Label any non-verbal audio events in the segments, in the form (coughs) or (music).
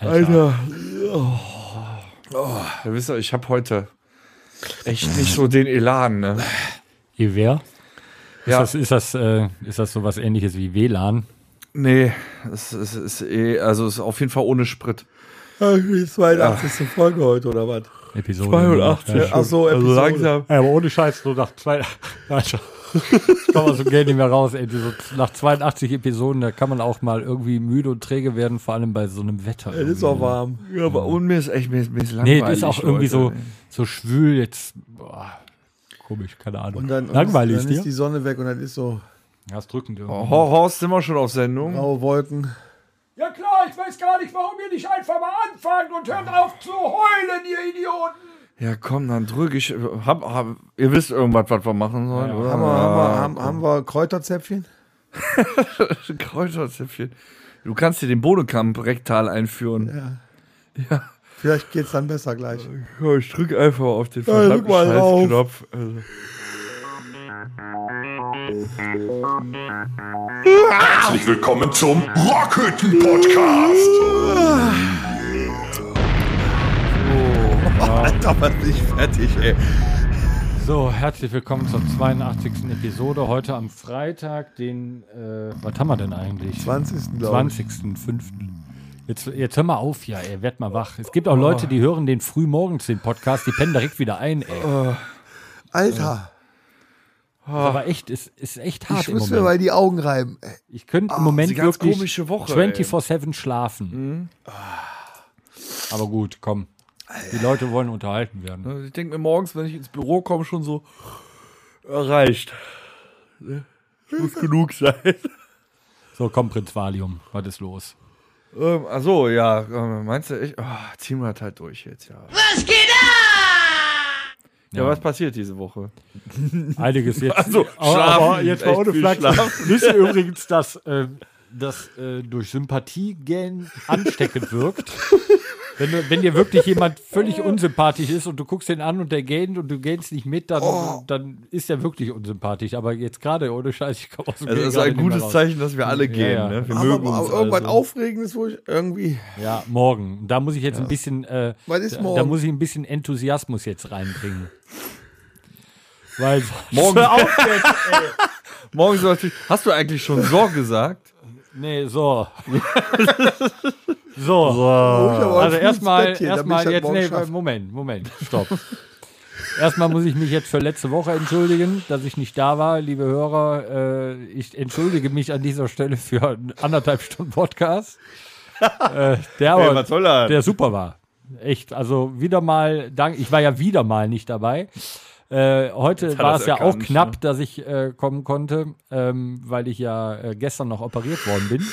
Alter. Oh, ihr wisst doch, ich habe heute echt nicht so den Elan, ne? Gewehr? Ja. Ist das, ist das, äh, ist das sowas ähnliches wie WLAN? Nee, es, es ist eh, also es ist auf jeden Fall ohne Sprit. Die 82. Folge heute, oder was? Episode 82. Ja. Ach so, also Episode. langsam. Ja, aber ohne Scheiß, so nach zwei, (laughs) Nein, schon. ich komme aus dem Geld nicht mehr raus, ey. So nach 82 Episoden, da kann man auch mal irgendwie müde und träge werden, vor allem bei so einem Wetter. Es ist irgendwie, auch ne? warm. Ja, aber und mir ist echt mir ist, mir ist Nee, langweilig. das ist auch irgendwie so, Leute. so schwül jetzt. Boah, komisch, keine Ahnung. Und dann, Langweilig ne? dann ist ist die dir? Sonne weg und dann ist so Ja, ist drückend. irgendwie. Oh, Horst, sind wir schon auf Sendung? Genau. graue Wolken. Ja klar, ich weiß gar nicht, warum ihr nicht einfach mal anfangt und hört auf zu heulen, ihr Idioten. Ja, komm, dann drücke ich. Hab, hab, ihr wisst irgendwas, was wir machen sollen, oder? Haben wir, haben, wir, haben, haben wir Kräuterzäpfchen? Kräuterzäpfchen. Du kannst dir den Bodekamp rektal einführen. Ja. Ja. Vielleicht geht's dann besser gleich. Ja, ich drück einfach auf den Ja, drück verdammten mal drauf. Scheißknopf. Also. Herzlich willkommen zum Rockhütten Podcast. Alter, was nicht fertig, ey. So, herzlich willkommen zur 82. Episode. Heute am Freitag, den, äh, was haben wir denn eigentlich? 20. glaube ich. 20.05. Jetzt, jetzt hör mal auf, ja, ey, werd mal wach. Es Oh. gibt auch Leute, die hören den früh morgens den Podcast, die pennen direkt wieder ein, ey. Oh. Das Alter, ist aber echt, ist, ist echt hart ich im muss mir Moment. mal Ah, die Augen reiben. ey. Ich könnte im Moment ist eine ganz wirklich komische Woche, 24-7 schlafen. Mhm. Aber gut, komm. Die Leute wollen unterhalten werden. Ne, Ich denke mir morgens, wenn ich ins Büro komme, schon so erreicht. Ne? Muss genug sein. (laughs) So, komm, Prinz Valium, was ist los? Ähm, also ja, ähm, meinst du echt? Oh, ziehen wir das halt durch jetzt, ja. Was geht da? Ja, was passiert diese Woche? Einiges jetzt. Also, aber, aber schlafen, jetzt mal echt ohne viel Flachs. schlafen. (laughs) Wisst ihr übrigens, dass äh, das äh, durch Sympathie-Gen ansteckend wirkt? Wenn, du, wenn dir wirklich jemand völlig unsympathisch ist und du guckst ihn an und der gähnt und du gähnst nicht mit, dann, Oh. dann ist er wirklich unsympathisch. Aber jetzt gerade, ohne Scheiß, ich komme aus dem Also Gehen das ist gerade nicht ein mehr gutes raus. Zeichen, dass wir alle Ja, gehen. ja. Ne? Wir Aber, mögen aber uns irgendwas also. Aufregendes, wo ich irgendwie. Ja, morgen. Da muss ich jetzt ein bisschen, äh, Was ist da- da morgen? muss ich ein bisschen Enthusiasmus jetzt reinbringen. Weil (laughs) Morgen. (laughs) Morgen soll ich, Hast du eigentlich schon so (laughs) gesagt? Nee, so. (laughs) so. Oh, ich aber Also früh ins Bett hier, erstmal, damit ich erstmal das jetzt, morgen nee, schaffe. Moment, Moment, stopp. (laughs) erstmal muss ich mich jetzt für letzte Woche entschuldigen, dass ich nicht da war, liebe Hörer. Äh, ich entschuldige mich an dieser Stelle für anderthalb Stunden (laughs) Podcast. äh, der, aber, was soll das? der super war. Echt, also wieder mal, dank, ich war ja wieder mal nicht dabei. Äh, heute hat war er's es ja auch erkannt, knapp, ne? dass ich äh, kommen konnte, ähm, weil ich ja äh, gestern noch operiert worden bin.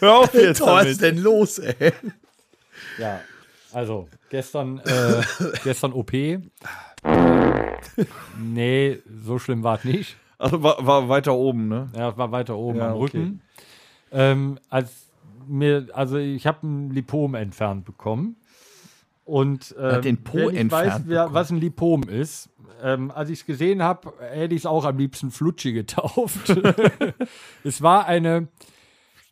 Hör auf jetzt Alter, was ist damit. denn los, ey? Ja, also gestern, (laughs) äh, gestern OP. Äh, nee, so schlimm war es nicht. Also war, war weiter oben, ne? Ja, war weiter oben Ja, am okay. Rücken. Ähm, als mir, also ich habe ein Lipom entfernt bekommen. Und ähm, hat den Po wer nicht weiß, entfernt wer, was ein Lipom ist, ähm, als ich es gesehen habe, hätte ich es auch am liebsten Flutschi getauft. (laughs) es war eine,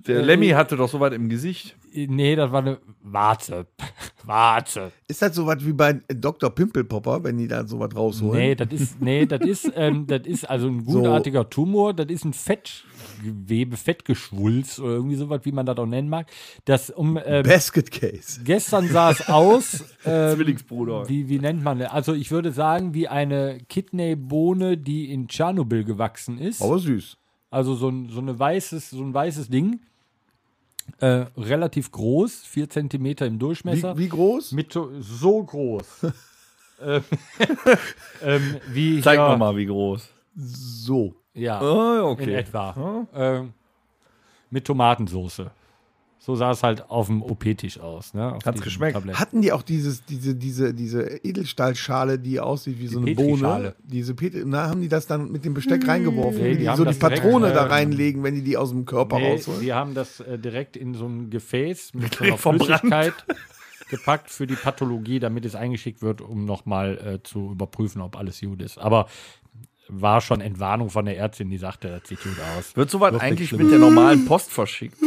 Der Lemmy hatte doch so weit im Gesicht. nee, das war eine Warze. (laughs) Warze. Ist das so was wie bei Dr. Pimpelpopper, wenn die da so was rausholen? Nee, das ist, nee, das ist, ähm, das ist also ein gutartiger Tumor, das ist ein Fettgewebe, Fettgeschwulst oder irgendwie sowas, wie man das auch nennen mag. Das um ähm, Basket Case. gestern sah es (laughs) aus. Ähm, Zwillingsbruder. Wie, wie nennt man das? Also ich würde sagen, wie eine Kidneybohne, die in Tschernobyl gewachsen ist. Aber süß. Also so ein, so, eine weißes, so ein weißes Ding. Äh, relativ groß, 4 cm im Wie, Durchmesser. wie groß? Mit so- so (laughs) groß. ähm, ähm, wie Zeig hier- noch mal, wie groß. So. Ja, Oh, Ah, in okay. etwa. Ähm, mit Tomatensauce. So sah es halt auf dem OP-Tisch aus. Ne? Auf Hat's diesem geschmeckt? Tablett. Hatten die auch dieses, diese, diese, diese Edelstahlschale, die aussieht wie so eine Petrischale. Bohne? Diese Petri Na, haben die das dann mit dem Besteck reingeworfen? wie Nee, die die, haben so die das direkt, Patrone da äh, reinlegen, wenn die die aus dem Körper Nee, rausholen? wir haben das äh, direkt in so ein Gefäß mit so einer Direkt verbrannt. Flüssigkeit gepackt für die Pathologie, damit es eingeschickt wird, um nochmal äh, zu überprüfen, ob alles gut ist. Aber war schon Entwarnung von der Ärztin, die sagte, das sieht gut aus. Wird sowas Wird eigentlich nicht (laughs) mit der normalen Post verschickt?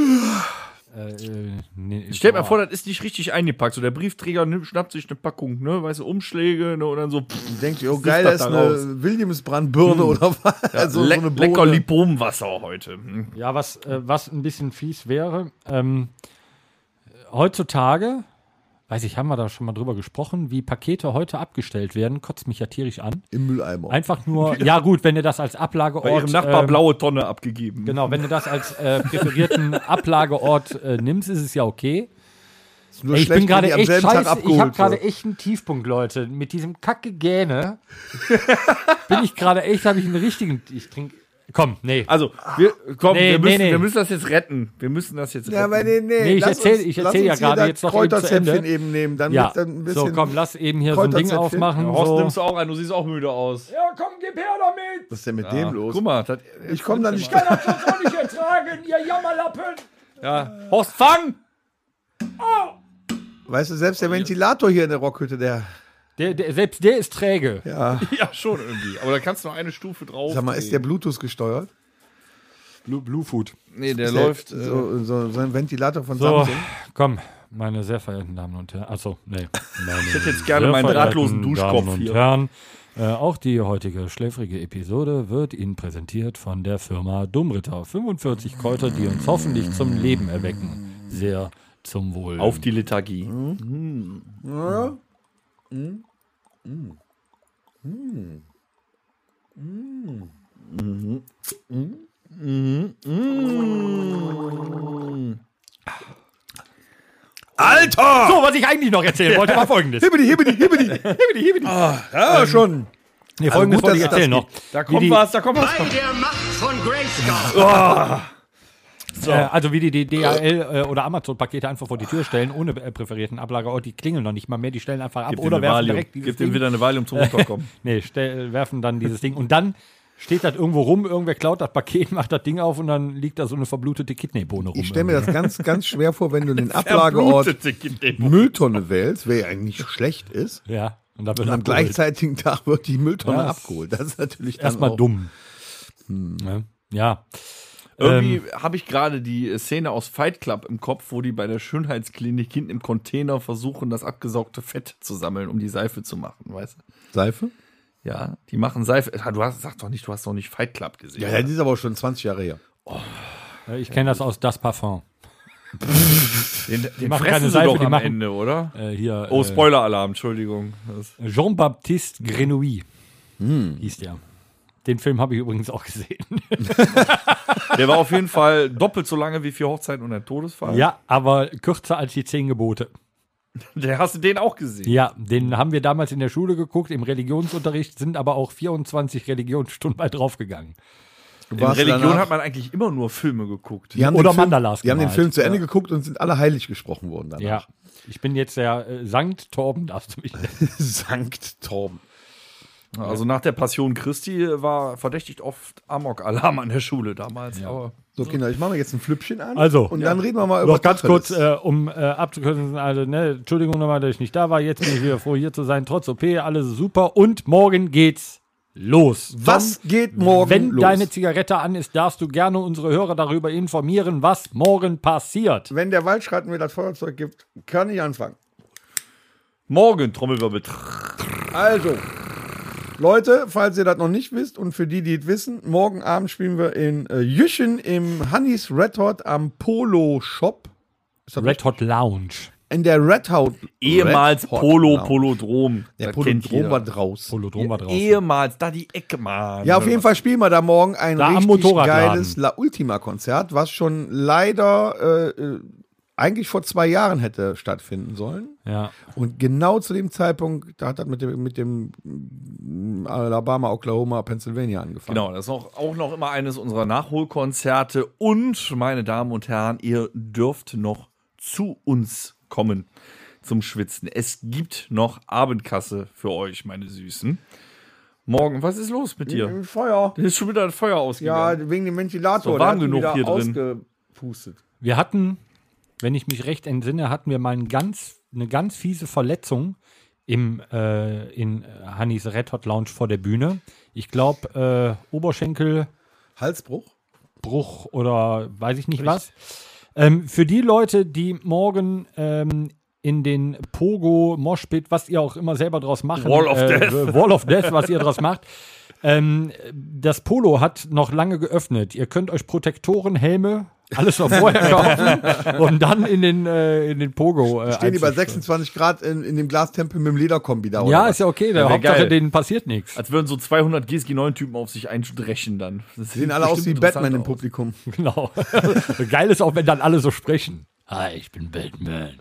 Äh, äh, nee, Ich stell mir boah. vor, das ist nicht richtig eingepackt. So der Briefträger nimmt, schnappt sich eine Packung, ne, weißt du, Umschläge, ne, und dann so. Pff, Denkt ihr, oh geil, da ist da raus? eine Hm. Williams-Brandbirne oder was? Also Le Bohne. lecker Lipomenwasser heute. Hm. Ja, was, äh, was ein bisschen fies wäre, ähm, heutzutage, weiß ich, haben wir da schon mal drüber gesprochen, wie Pakete heute abgestellt werden, kotzt mich ja tierisch an. Im Mülleimer. Einfach nur, (laughs) ja gut, wenn ihr das als Ablageort. Bei ihrem Nachbar ähm, blaue Tonne abgegeben. Genau, wenn du das als äh, (laughs) präferierten Ablageort äh, nimmst, ist es ja okay. Ist nur Ey, ich bin schlecht, wenn gerade die am echt selben Tag scheiße. Ich habe abgeholt gerade wird. echt einen Tiefpunkt, Leute. Mit diesem kacke Gähne (laughs) bin ich gerade echt, habe ich einen richtigen. Ich trinke. Komm, nee. Also, wir, komm, Nee, wir, nee, müssen, nee. wir müssen das jetzt retten. Wir müssen das jetzt Ja, retten. aber nee, nee. Nee, ich lass erzähl- uns- ich lass erzähl uns ja hier gerade das jetzt noch eben zu Kräuterzäpfchen Ende. eben nehmen, dann ja, wird dann ein bisschen. so komm, lass eben hier so ein Ding Kräuterzäpfchen. aufmachen. Horst, so. nimmst du auch an, du siehst auch müde aus. Ja, komm, gib her damit. Was ist denn mit dem los? Guck mal, das, ich komme da nicht Ich kann das sonst auch nicht ertragen, ihr Jammerlappen. ja. Horst, fang! Weißt du, selbst der Ventilator hier in der Rockhütte, der. Der, der, selbst der ist träge. Ja. Ja, schon irgendwie. Aber da kannst du noch eine Stufe drauf. Sag mal, ist der Bluetooth gesteuert? Blue, Bluefood. nee, der Ist läuft. Der, so, so, so ein Ventilator von äh, So, Samsung. komm, meine sehr verehrten Damen und Herren. Achso, nee. ich hätte jetzt gerne meinen drahtlosen Duschkopf Damen und hier. Herren. Äh, auch die heutige schläfrige Episode wird Ihnen präsentiert von der Firma Dummritter. 45 Kräuter, die uns hoffentlich zum Leben erwecken. Sehr zum Wohl. Auf die Lethargie. Hm. Hm. Ah! Alter! so, was ich eigentlich noch erzählen wollte, war (laughs) folgendes. Hibbidi, hibbidi, (laughs) hibbidi. Ah, Ähm, Ja, schon. Nee, Also folgendes gut, wollte ich dass es das erzählen noch. Da kommt die- was, da kommt was. der Macht von Grayskull. Oh. Äh, also wie die, die DHL äh, oder Amazon-Pakete einfach vor die Tür stellen, ohne äh, präferierten Ablageort, die klingeln noch nicht mal mehr, die stellen einfach ab Gib oder dem werfen Valium. direkt dieses Gib dem Ding. wieder eine Valium zum (laughs) Runterkommen. Nee, stell, werfen dann dieses Ding und dann steht das irgendwo rum, irgendwer klaut das Paket, (laughs) macht das Ding auf und dann liegt da so eine verblutete Kidneybohne rum. Ich stelle mir das ganz, ganz schwer vor, wenn (laughs) du den Ablageort Mülltonne wählst, wer ja eigentlich nicht schlecht ist. ja, und da wird Und am abgeholt. gleichzeitigen Tag wird die Mülltonne Ja, das- abgeholt. Das ist natürlich dann erstmal auch- Hm. dumm. Ne? Ja. Ähm, Irgendwie habe ich gerade die äh, Szene aus Fight Club im Kopf, wo die bei der Schönheitsklinik hinten im Container versuchen, das abgesaugte Fett zu sammeln, um die Seife zu machen, weißt du? Seife? Ja, die machen Seife. Ah, Du hast, sag doch nicht, du hast doch nicht Fight Club gesehen. Ja, ja, die ist aber auch schon 20 Jahre her. Äh, Ich kenne das aus Das Parfum. den den machen fressen keine sie Seife, doch die am machen- Ende, oder? Äh, hier. Oh, äh, Spoiler-Alarm, Entschuldigung. Das- Jean-Baptiste Grenouille hieß der. Den Film habe ich übrigens auch gesehen. Der war auf jeden Fall doppelt so lange wie vier Hochzeiten und ein Todesfall. Ja, aber kürzer als die Zehn Gebote. Der hast du den auch gesehen. Ja, den haben wir damals in der Schule geguckt, im Religionsunterricht, sind aber auch 24 Religionsstunden bei draufgegangen. Du In warst Religion danach- hat man eigentlich immer nur Filme geguckt. die haben oder den Film, Mandalas Die haben den gemalt. Film zu Ende geguckt und sind alle heilig gesprochen worden danach. Ja. Ich bin jetzt der äh, Sankt Torben, darfst du mich nennen. (laughs) Sankt Torben. Also nach der Passion Christi war verdächtigt oft Amok-Alarm an der Schule damals. Aber So, Kinder, ich mache mir jetzt ein Flüppchen an. Also. Und dann reden wir mal über. Noch ganz Tacheles. kurz, äh, um äh, abzukürzen, also, ne, Entschuldigung nochmal, dass ich nicht da war. Jetzt bin ich wieder froh, hier zu sein. Trotz OP, alles super. Und morgen geht's los. Was Tom, geht morgen Wenn los? deine Zigarette an ist, darfst du gerne unsere Hörer darüber informieren, was morgen passiert. Wenn der Waldschrat mir das Feuerzeug gibt, kann ich anfangen. morgen Trommelwirbel. Also, Leute, falls ihr das noch nicht wisst und für die, die es wissen, morgen Abend spielen wir in äh, Jüchen im Hannis Red Hot am Polo Shop. Red Hot Lounge. In der Red Hot. Ehemals Red Hot genau. Polo, Lounge. Polodrom. Der Das Polo kennt Drom jeder. war draus. Polodrom war eh. draußen. Ehemals, da die Ecke, Mann. Ja, auf jeden Fall spielen wir da morgen ein Da am richtig Motorradladen. geiles La Ultima-Konzert, was schon leider äh, äh, eigentlich vor zwei Jahren hätte stattfinden sollen. Ja. Und genau zu dem Zeitpunkt, da hat das mit dem, mit dem mm, Alabama, Oklahoma, Pennsylvania angefangen. Genau, das ist auch, auch noch immer eines unserer Nachholkonzerte. Und, meine Damen und Herren, ihr dürft noch zu uns kommen zum Schwitzen. Es gibt noch Abendkasse für euch, meine Süßen. Morgen, was ist los mit dir? Im Feuer. Hier ist schon wieder ein Feuer ausgegangen. Ja, wegen dem Ventilator. So warm der hat genug wieder hier ausgepustet. drin. Wir hatten, wenn ich mich recht entsinne, hatten wir mal ein ganz, eine ganz fiese Verletzung im, äh, in Hannis Red Hot Lounge vor der Bühne. Ich glaube, äh, Oberschenkelbruch Halsbruch? oder weiß ich nicht was. Ähm, für die Leute, die morgen ähm, in den Pogo, Moshpit, was ihr auch immer selber draus macht. Wall of äh, Death. äh, (laughs) Wall of Death, was ihr draus macht. Ähm, das Polo hat noch lange geöffnet. Ihr könnt euch Protektoren, Helme, alles noch (laughs) vorher kaufen und dann in den, äh, in den Pogo. Äh, Stehen die bei einzusteigen. 26 Grad in, in dem Glastempel mit dem Lederkombi da? oder Ja, was? ist ja okay. Der wär Hauptsache, geil. denen passiert nichts. (laughs) Als würden so 200 GSG-9-Typen auf sich eindrechen dann. Das Sehen alle aus wie Batman im Publikum. Publikum. (laughs) Genau. Geil ist auch, wenn dann alle so sprechen. Hi, ich bin Batman.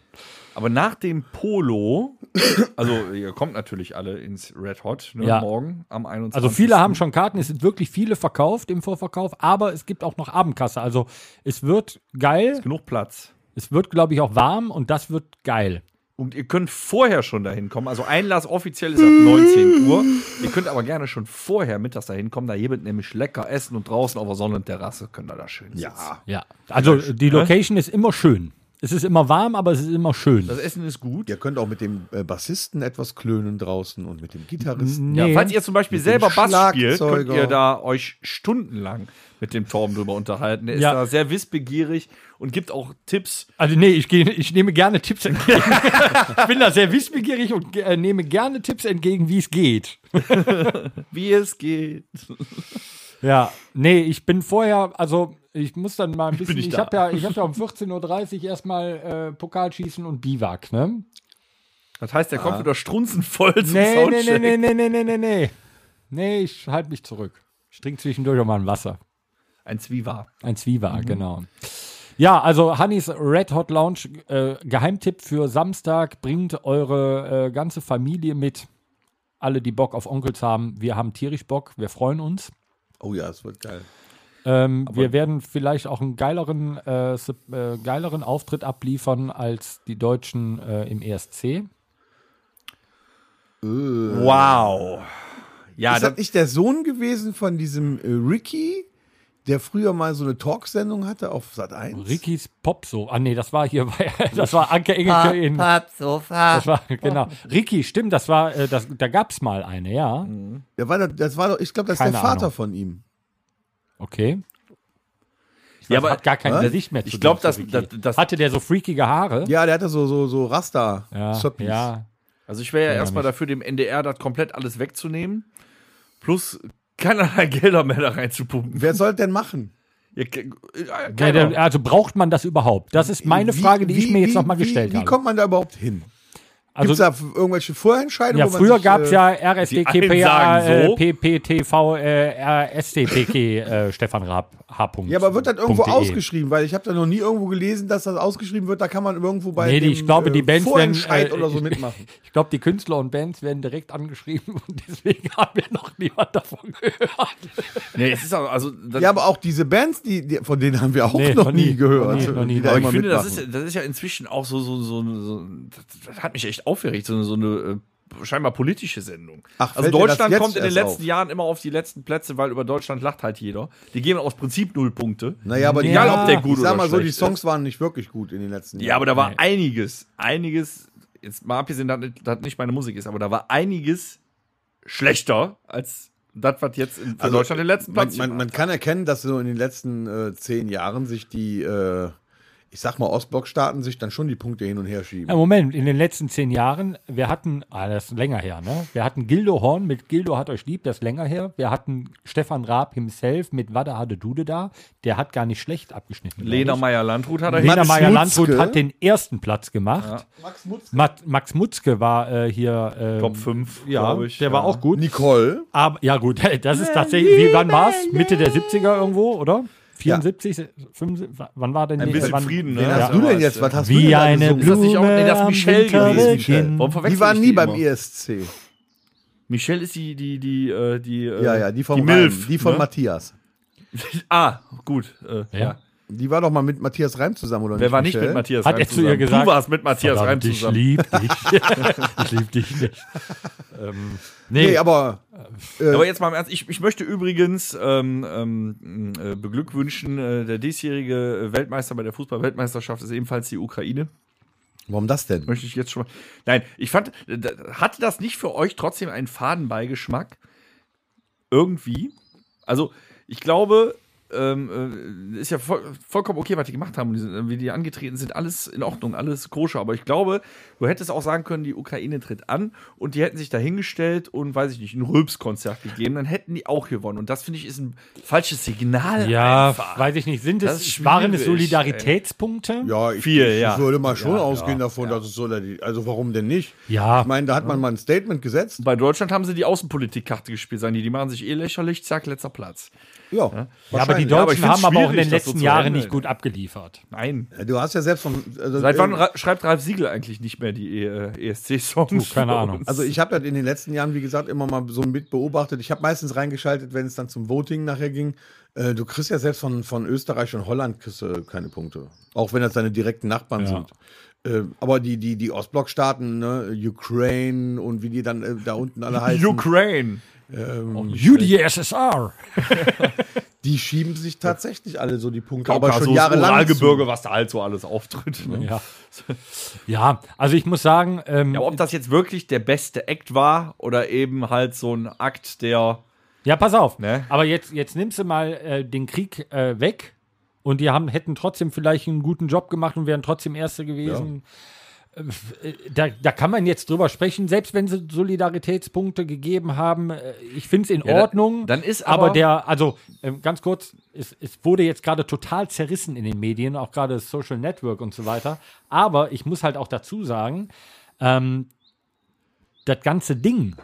Aber nach dem Polo, (coughs) also ihr kommt natürlich alle ins Red Hot ne, Ja. morgen am 21. Also viele haben schon Karten, es sind wirklich viele verkauft im Vorverkauf, aber es gibt auch noch Abendkasse. Also es wird geil, genug Platz. es wird, glaube ich, auch warm und das wird geil. Und ihr könnt vorher schon dahin kommen. Also Einlass offiziell ist ab 19 Uhr. Ihr könnt aber gerne schon vorher mittags dahin kommen. Da hier wird nämlich lecker essen und draußen auf der Sonnenterrasse könnt ihr da schön sitzen. Ja. Ja. Also die Location ist immer schön. Es ist immer warm, aber es ist immer schön. Das Essen ist gut. Ihr könnt auch mit dem äh, Bassisten etwas klönen draußen und mit dem Mhm. Gitarristen. Ja, falls ihr zum Beispiel selber Bass spielt, könnt Schlagzeuger. ihr da euch stundenlang mit dem Torben drüber unterhalten. Der Ja. ist da sehr wissbegierig und gibt auch Tipps. Also nee, ich, gehe, ich nehme gerne Tipps entgegen. (laughs) ich bin da sehr wissbegierig und äh, nehme gerne Tipps entgegen, wie es geht. wie es geht. Ja, nee, ich bin vorher, also ich muss dann mal ein bisschen, nicht ich, da. hab habe ja, ich hab ja um 14.30 Uhr erstmal äh, Pokalschießen und Biwak, ne? Das heißt, der kommt wieder strunzenvoll zum Nee, nee, Soundcheck. nee, nee, nee, nee, nee, nee, nee. Nee, ich halte mich zurück. Ich trinke zwischendurch auch mal ein Wasser. Ein Zwieber. Ein Mhm. Zwieber, genau. Ja, also Hannis Red Hot Lounge, äh, Geheimtipp für Samstag, bringt eure äh, ganze Familie mit. Alle, die Bock auf Onkels haben, wir haben tierisch Bock, wir freuen uns. Oh ja, es wird geil. Ähm, wir werden vielleicht auch einen geileren, äh, Sup- äh, geileren Auftritt abliefern als die Deutschen äh, im ESC. Wow. Ja, ist das das, nicht der Sohn gewesen von diesem äh, Ricky, der früher mal so eine Talksendung hatte auf Sat 1? Rikis Popso. Ah nee, das war hier bei, (laughs) das war Anke Ah, Engelke in. Das (laughs) war, genau. Riki, stimmt, das war, äh, das, da gab's mal eine, ja. Der war, doch- das war doch, ich glaube, das ist Keine der Vater Ahnung. von ihm. Okay. ja, Das aber hat gar kein was? Gesicht mehr zu ich glaube, dem, das, zu Ricky. das, das, hatte der so freakige Haare? Ja, der hatte so, so, so Rasta. ja. Zöppis. ja. also ich wäre ja erstmal dafür, dem NDR das komplett alles wegzunehmen. Plus keinerlei (laughs) Gelder mehr da reinzupumpen. Wer soll denn machen? Ja, ke- äh, Ja, keiner. der, also braucht man das überhaupt? Das ist meine Wie- Frage, die ich wie- mir jetzt wie- nochmal wie- gestellt Wie habe. kommt man da überhaupt hin? Gibt also, es da f- irgendwelche Vorentscheidungen? Ja, wo man früher sich, gab es äh, ja die einen RSDKPA, sagen so. äh, PPTV, äh, RSDPK, äh, (laughs) Stefan Raab, H. Ja, aber wird das irgendwo .de. ausgeschrieben? Weil ich habe da noch nie irgendwo gelesen, dass das ausgeschrieben wird. Da kann man irgendwo bei Nee, die- dem, ich glaube, die Bands werden, Vorentscheid äh, oder so ich- (laughs) mitmachen. Ich glaube, die Künstler und Bands werden direkt angeschrieben (laughs) und deswegen haben wir noch niemand davon gehört. nee, es ist auch, also, das, Ja, aber auch diese Bands, die, die, von denen haben wir auch Nee, noch noch nie nie, gehört. noch nie, noch nie. die da Aber ich immer finde, das mitmachen. ist, ja- das ist ja inzwischen auch so, so, so, so das, das hat mich echt aufgeregt, so, eine- so eine äh, scheinbar politische Sendung. Ach, also fällt dir das Deutschland jetzt kommt in den erst letzten auf? Jahren immer auf die letzten Plätze, weil über Deutschland lacht halt jeder. Die geben aus Prinzip null Punkte. Naja, aber Egal, die, ob der gut ich sag oder mal so, die schlecht Songs waren nicht wirklich gut in den letzten Jahren. Ja, aber da war einiges, einiges, jetzt mal abgesehen, dass nicht- dass nicht meine Musik ist, aber da war einiges schlechter als das, was jetzt in für Also, Deutschland den letzten man, Platz man, man kann erkennen, dass so in den letzten äh, zehn Jahren sich die, äh, ich sag mal, Ostblockstaaten sich dann schon die Punkte hin und her schieben. Ja, Moment, in den letzten zehn Jahren, wir hatten, ah, das ist länger her, ne? Wir hatten Gildo Horn mit Gildo hat euch lieb, das ist länger her. Wir hatten Stefan Raab himself mit Wada Hade Dude da, der hat gar nicht schlecht abgeschnitten. glaub Lena ich. Meyer-Landrut hat er Lena Max Meyer-Landrut Mutzke. hat den ersten Platz gemacht. Max Mutz, Mat, Max Mutzke war äh, hier. ähm, Top 5, Ja, glaube ich. der war auch gut. Nicole, Aber, ja, gut, (laughs) das ist tatsächlich. Wie, wann war es? Mitte der 70er irgendwo, oder? 74, 75, wann war denn Ein die- bisschen wann, Frieden, ne? wen hast Ja. du denn jetzt? Was hast du denn Wie da eine gesungen? das nicht Blume auch- nee, das ist am Michelle Winter gewesen, beginnt. Warum verwechsel Die waren ich nie beim E immer? ESC. Michelle ist die, die, die, äh, die, äh, Ja, ja, die von die Reim, Milf. die von ne? Matthias. Ah, gut. Äh, ja. Ja. Die war doch mal mit Matthias Reim zusammen, oder Wer nicht? war nicht Michelle? mit Matthias Hat er zu ihr gesagt? Du warst mit Matthias Reim Verdammt, ich zusammen. lieb (laughs) dich. ich lieb dich nicht. Ähm, nee, Nee, aber Aber jetzt mal im Ernst, ich, ich möchte übrigens ähm, ähm, äh, beglückwünschen, äh, der diesjährige Weltmeister bei der Fußball-Weltmeisterschaft ist ebenfalls die Ukraine. warum das denn? Möchte ich jetzt schon mal. Nein, ich fand, äh, da- hatte das nicht für euch trotzdem einen Fadenbeigeschmack? Irgendwie? Also, ich glaube, ähm, äh, ist ja voll, vollkommen okay, was die gemacht haben, und die sind, äh, wie die angetreten sind, alles in Ordnung, alles koscher. Aber ich glaube, du hättest auch sagen können, die Ukraine tritt an und die hätten sich da hingestellt und, weiß ich nicht, ein Röps-Konzert gegeben, dann hätten die auch gewonnen. Und das finde ich ist ein falsches Signal. Ja, einfach. weiß ich nicht. Sind Das ist es, schwierig, waren es Solidaritätspunkte? Ja, ich, Viel, ich ja. würde mal schon ausgehen davon, dass es so, also warum denn nicht? Ja. Ich meine, da hat man mal ein Statement gesetzt. Bei Deutschland haben sie die Außenpolitikkarte gespielt, sagen die, die machen sich eh lächerlich, zack, letzter Platz. Ja, Ja, aber die wahrscheinlich. aber ich Deutschen find's haben aber auch in schwierig, den das so letzten zu Jahren handeln. nicht gut abgeliefert. Nein. Du hast ja selbst von. Also, Seit wann ähm, ra- schreibt Ralf Siegel eigentlich nicht mehr die äh, ESC-Songs? Du, keine für Ahnung. uns? Also ich habe das in den letzten Jahren, wie gesagt, immer mal so mit beobachtet. Ich habe meistens reingeschaltet, wenn es dann zum Voting nachher ging. Äh, du kriegst ja selbst von, von Österreich und Holland kriegst, du keine Punkte. Auch wenn das deine direkten Nachbarn sind. Ähm, aber die, die, die Ostblockstaaten, ne? Ukraine und wie die dann äh, da unten alle heißen, Ukraine. UdSSR. die schieben sich tatsächlich alle so die Punkte. Kaukasus, Uralgebirge, also was da halt so alles auftritt. Ne? Ja. ja, also ich muss sagen, ähm, Ja, ob das jetzt wirklich der beste Act war oder eben halt so ein Akt, der. Ja, pass auf. Ne? Aber jetzt, jetzt nimmst du mal äh, den Krieg äh, weg und die haben, hätten trotzdem vielleicht einen guten Job gemacht und wären trotzdem Erste gewesen. Äh, Da, da kann man jetzt drüber sprechen, selbst wenn sie Solidaritätspunkte gegeben haben. äh, Ich finde es in da- Ordnung. dann ist aber- aber der, also ähm, ganz kurz, es, es wurde jetzt gerade total zerrissen in den Medien, auch gerade das Social Network und so weiter. Aber ich muss halt auch dazu sagen, ähm, das ganze Ding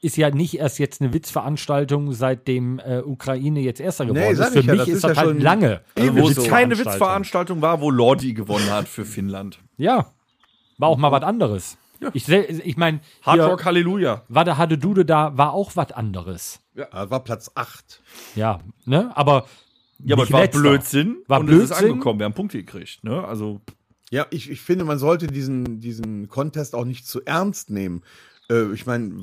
ist ja nicht erst jetzt eine Witzveranstaltung, seitdem äh, Ukraine jetzt Erster geworden sag ist. Für ich ja, mich das ist ist das ja schon halt lange. Also, eine wo es keine Witzveranstaltung. Witzveranstaltung war, wo Lordi gewonnen hat für Finnland. Ja, war auch mal was anderes. Ich, sel- ich meine, Hard hier Rock Halleluja. war der Hadedude da, war auch was anderes. Das war Platz 8. Ja, ne? Aber Ja, aber es nicht war letzter. Blödsinn. War und es ist Blödsinn. angekommen. Wir haben Punkte gekriegt. Ne? Also, Ja, ich, ich finde, man sollte diesen, diesen Contest auch nicht zu ernst nehmen. Äh, ich meine,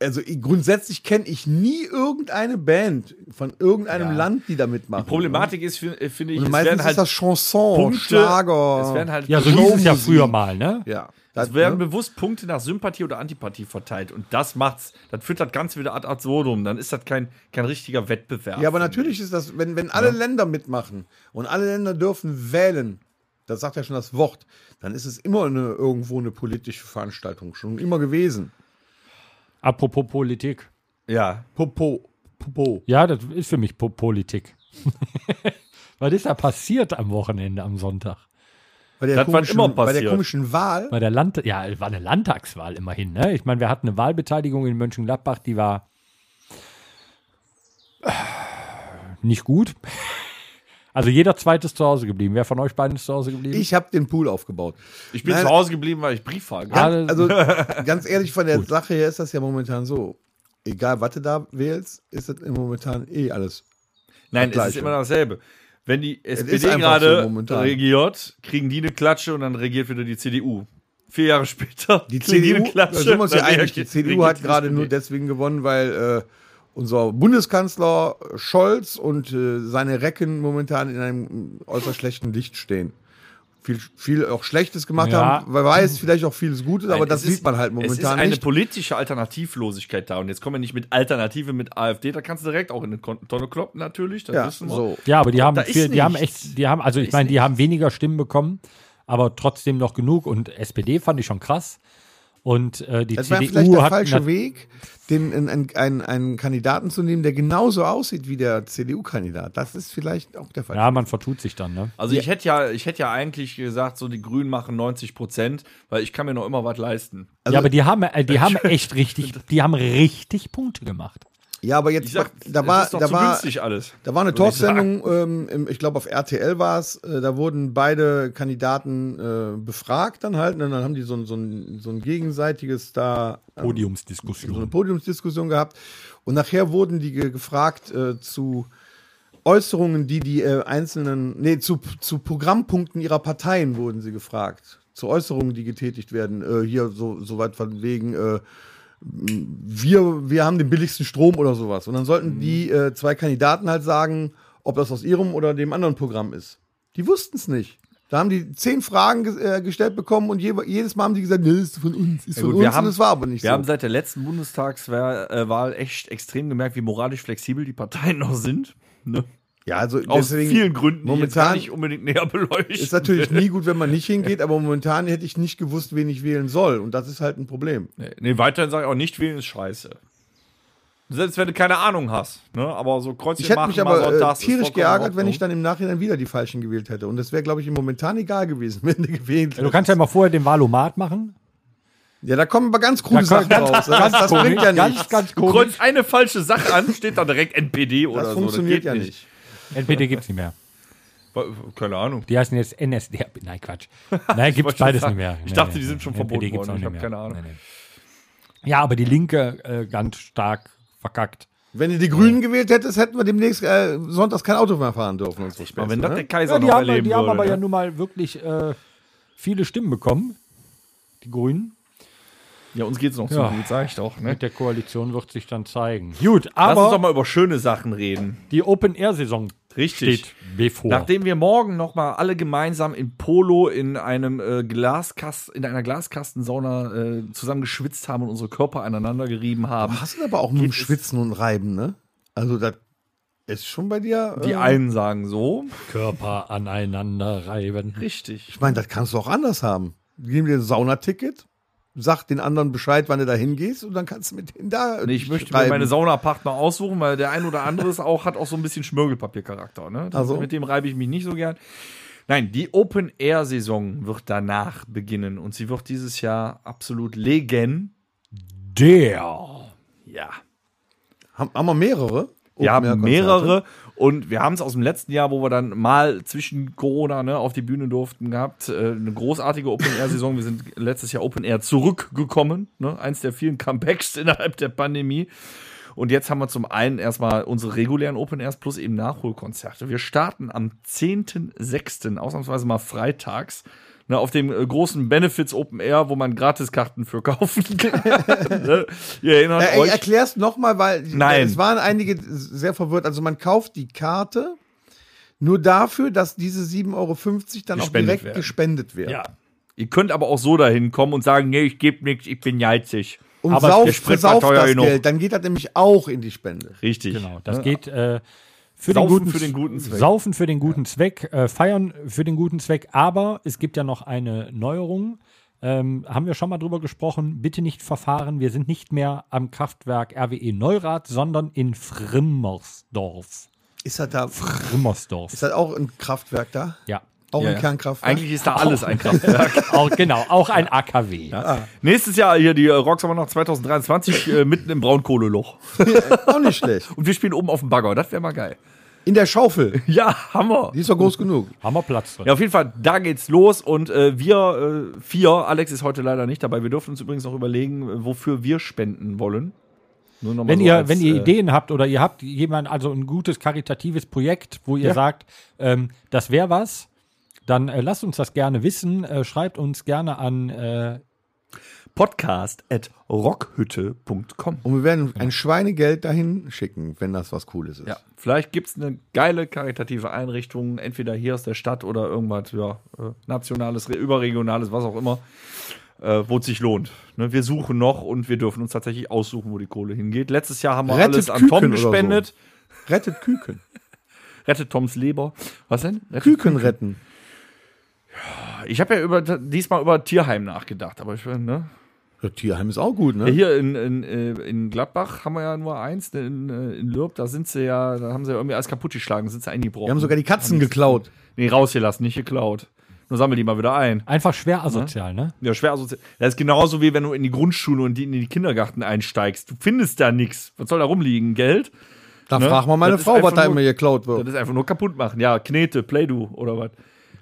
also ich, grundsätzlich kenne ich nie irgendeine Band von irgendeinem Land, die da mitmacht. Problematik ist, fi- äh, finde ich, Und es meistens werden halt ist das Chanson, Punkte. Schlager. Es werden halt ja, so hieß es ja früher mal, ne? ja, Es werden bewusst Punkte nach Sympathie oder Antipathie verteilt. Und das macht's. Das führt das Ganze wieder ad absurdum. Dann ist das kein, kein richtiger Wettbewerb. ja, aber natürlich ist das, wenn, wenn alle Länder mitmachen und alle Länder dürfen wählen, das sagt ja schon das Wort, dann ist es immer eine, irgendwo eine politische Veranstaltung, schon immer gewesen. Apropos Politik. Ja. Popo, Popo. Ja, das ist für mich Po- Politik. (laughs) was ist da passiert am Wochenende, am Sonntag? Bei der, Das, was komischen, immer bei der passiert. komischen Wahl Bei der Land ja, es war eine Landtagswahl immerhin. Ne? Ich meine, wir hatten eine Wahlbeteiligung in Mönchengladbach, die war äh, nicht gut. (laughs) Also jeder zweite ist zu Hause geblieben. Wer von euch beiden ist zu Hause geblieben? Ich habe den Pool aufgebaut. Ich bin Nein. zu Hause geblieben, weil ich Briefwahl gab. Gerade- Also ganz ehrlich, von der Sache her ist das ja momentan so. Egal, was du da wählst, ist das momentan eh alles. Nein, es das ist Gleiche. immer dasselbe. Wenn die ist SPD einfach so gerade momentan. regiert, kriegen die eine Klatsche und dann regiert wieder die CDU. Vier Jahre später. Die kriegen CDU, eine da Klatsche, sind wir uns Also, ja dann einig, die regiert- CDU regiert hat die gerade SPD. nur deswegen gewonnen, weil äh, unser Bundeskanzler Scholz und äh, seine Recken momentan in einem äußerst schlechten Licht stehen. Viel, viel auch Schlechtes gemacht Ja. haben, wer weiß, vielleicht auch vieles Gutes, aber Nein, das es ist- sieht man halt Es ist momentan eine nicht. politische Alternativlosigkeit da. Und jetzt kommen wir nicht mit Alternative mit AfD, da kannst du direkt auch in eine Kon- Tonne kloppen, natürlich. Das Ja, wissen wir. so. ja, aber die haben, da ist viel, die haben nichts. echt, die haben, also ich meine, die haben weniger Stimmen bekommen, aber trotzdem noch genug. Und SPD fand ich schon krass. Und äh, die Das war vielleicht CDU der hat falsche nat- Weg, den, in, in, einen, einen Kandidaten zu nehmen, der genauso aussieht wie der CDU-Kandidat. Das ist vielleicht auch der falsche ja, man vertut sich dann. Ne? Also ich hätte ja, ich hätte ja eigentlich gesagt, so die Grünen machen 90 Prozent, weil ich kann mir noch immer was leisten. Also, ja, aber die haben, äh, die haben echt richtig, die haben richtig Punkte gemacht. Ja, aber jetzt, Ich sag, da, war, das ist doch da, zu war, günstig alles. da war eine Würde ich Talksendung, ähm, im- ich glaube auf RTL war es, äh, da wurden beide Kandidaten äh, befragt dann halt und dann haben die so, ein- so, ein, so ein gegenseitiges da ähm, so eine Podiumsdiskussion. Podiumsdiskussion gehabt und nachher wurden die ge gefragt äh, zu Äußerungen, die die äh, einzelnen, nee, zu, zu Programmpunkten ihrer Parteien wurden sie gefragt. Zu Äußerungen, die getätigt werden. Äh, hier so, so weit von wegen, äh, wir, wir haben den billigsten Strom oder sowas. Und dann Mhm. sollten die äh, zwei Kandidaten halt sagen, ob das aus ihrem oder dem anderen Programm ist. Die wussten es nicht. Da haben die zehn Fragen ges- äh, gestellt bekommen und je, jedes Mal haben die gesagt, nee, ist von uns, ist Ja, von gut, wir uns haben- und es war aber nicht Wir so. haben seit der letzten Bundestagswahl äh, Wahl echt extrem gemerkt, wie moralisch flexibel die Parteien noch sind. Ne? Ja, also Aus vielen Gründen, die jetzt gar momentan nicht unbedingt näher beleuchtet. ist natürlich nie gut, wenn man nicht hingeht, aber momentan hätte ich nicht gewusst, wen ich wählen soll. Und das ist halt ein Problem. Nee, nee, weiterhin sage ich auch, nicht wählen ist scheiße. Selbst wenn du keine Ahnung hast, ne? Aber so Kreuzchen Ich hätte machen, mich mal so, aber äh, das ist tierisch vollkommen in geärgert, wenn Ordnung. ich dann im Nachhinein wieder die Falschen gewählt hätte. Und das wäre, glaube ich, im momentan egal gewesen, (laughs) wenn du gewählt Du kannst ja mal vorher den Wahlomat machen. Ja, da kommen aber ganz krude Da kommt Sachen ganz- raus. Das, das bringt ja Ganz, nichts. ganz Du komisch. kreuzt eine falsche Sache an, steht dann direkt NPD oder Das so. funktioniert geht ja nicht. NPD gibt's nicht mehr. Wa- Keine Ahnung. Die heißen jetzt NSD. Nein, (laughs) Quatsch. Nein, gibt's wollte schon beides sagen, nicht mehr. ich dachte, die sind schon verboten gibt's worden. auch Ich nicht hab mehr. keine Ahnung. nee. Ja, aber die Linke äh, ganz stark verkackt. Wenn du die Grünen gewählt hättest, hätten wir demnächst äh, sonntags kein Auto mehr fahren dürfen. Und so Aber Späße, wenn das ne? der Kaiser die noch haben, erleben die haben würde, aber ne? ja nun mal wirklich äh, viele Stimmen bekommen. Die Grünen. ja, uns geht's noch Ja. zu gut, sag ich doch. Ne? Mit der Koalition wird sich dann zeigen. Gut, Lass uns doch aber mal über schöne Sachen reden. die Open-Air-Saison Richtig. steht bevor. Nachdem wir morgen noch mal alle gemeinsam in Polo in einem äh, Glaskast, in einer Glaskastensauna äh, zusammen geschwitzt haben und unsere Körper aneinander gerieben haben. Du hast aber auch nur im Schwitzen und Reiben, ne? Also das ist schon bei dir. Die äh, einen sagen so. Körper aneinander reiben. Richtig. ich meine, das kannst du auch anders haben. Gib dir ein Saunaticket, sag den anderen Bescheid, wann du da hingehst und dann kannst du mit denen da. Nee, ich möchte mir reiben. meine Saunapartner aussuchen, weil der ein oder andere ist auch, hat auch so ein bisschen Schmirgelpapiercharakter. Ne? Das- Also. Mit dem reibe ich mich nicht so gern. Nein, die Open-Air-Saison wird danach beginnen und sie wird dieses Jahr absolut legendär. Der. Ja. Haben, haben wir mehrere? Wir haben Open-Air-Konzerte? mehrere und wir haben es aus dem letzten Jahr, wo wir dann mal zwischen Corona ne, auf die Bühne durften, gehabt. Äh, eine großartige Open-Air-Saison. wir sind letztes Jahr Open-Air zurückgekommen. Ne? Eins der vielen Comebacks (laughs) innerhalb der Pandemie. Und jetzt haben wir zum einen erstmal unsere regulären Open-Airs plus eben Nachholkonzerte. Wir starten am 10.06., ausnahmsweise mal freitags. Ne, auf dem äh, großen Benefits Open Air, wo man Gratiskarten für (laughs) kaufen kann. ne? Ihr erinnert Ja, Äh, ey, euch. erklär's nochmal, weil Nein. es waren einige sehr verwirrt. Also man kauft die Karte nur dafür, dass diese 7,50 Euro dann auch Gespendet direkt werden. gespendet werden. Ja. Ihr könnt aber auch so dahin kommen und sagen, nee, ich gebe nichts, ich bin geizig. Und aber sauf, der Sprit war sauf teuer das genug. Geld, dann geht das nämlich auch in die Spende. Richtig. ne? Genau, das geht äh, für, den Saufen guten, für den guten Zweck. Saufen für den guten Zweck, äh, feiern für den guten Zweck. Aber es gibt ja noch eine Neuerung. Ähm, haben wir schon mal drüber gesprochen. Bitte nicht verfahren. Wir sind nicht mehr am Kraftwerk RWE Neurath, sondern in Frimmersdorf. Ist das da, Frimmersdorf. ist das auch ein Kraftwerk da? ja. Auch Ja, ein ja. Kernkraftwerk? Eigentlich ist da alles ein Kraftwerk. Auch, genau, auch ein AKW. Nächstes Jahr hier die äh, Rocks haben wir noch 2023 äh, mitten im Braunkohleloch. auch nicht schlecht. Und wir spielen oben auf dem Bagger. Das wäre mal geil. In der Schaufel. Ja, Hammer. Die ist doch groß genug. Haben wir Platz drin. Ja, auf jeden Fall, da geht's los. Und äh, wir äh, vier, Alex ist heute leider nicht dabei. Wir dürfen uns übrigens noch überlegen, äh, wofür wir spenden wollen. Nur noch mal Wenn so ihr, als, wenn ihr äh, Ideen habt oder ihr habt jemand, also ein gutes karitatives Projekt, wo ihr sagt, ähm, das wäre was, dann äh, lasst uns das gerne wissen. Äh, schreibt uns gerne an äh, Podcast at rockhütte.com. Und wir werden ein Schweinegeld dahin schicken, wenn das was Cooles ist. Genau. Ja, vielleicht gibt es eine geile karitative Einrichtung, entweder hier aus der Stadt oder irgendwas, ja, äh, nationales, re- überregionales, was auch immer, äh, wo es sich lohnt. Ne, wir suchen noch und wir dürfen uns tatsächlich aussuchen, wo die Kohle hingeht. Letztes Jahr haben wir Rettet alles an Küken Tom oder so. gespendet. (laughs) Rettet Küken. Rettet Toms Leber. Was denn? Rettet Küken retten. Ich habe ja über, diesmal über Tierheim nachgedacht, aber ich, ne? Das Tierheim ist auch gut, Ja, ne? hier in, in, äh, in Gladbach haben wir ja nur eins, ne, in, äh, in Lürb, da sind sie ja, da haben sie ja irgendwie alles kaputt geschlagen, sind sie eingebrochen. Wir haben sogar die Katzen geklaut. Nee, rausgelassen, nicht geklaut. Nur sammel die mal wieder ein. einfach schwer Mhm. asozial, ne? Ja, schwer asozial. Das ist genauso wie wenn du in die Grundschule und die- in den Kindergarten einsteigst. Du findest da nichts. Was soll da rumliegen? Geld? Da Ne? frag mal meine Das ist Frau, was einfach da nur- immer geklaut Das wird. ist einfach nur kaputt machen. Ja, Knete, Play-Doh oder was.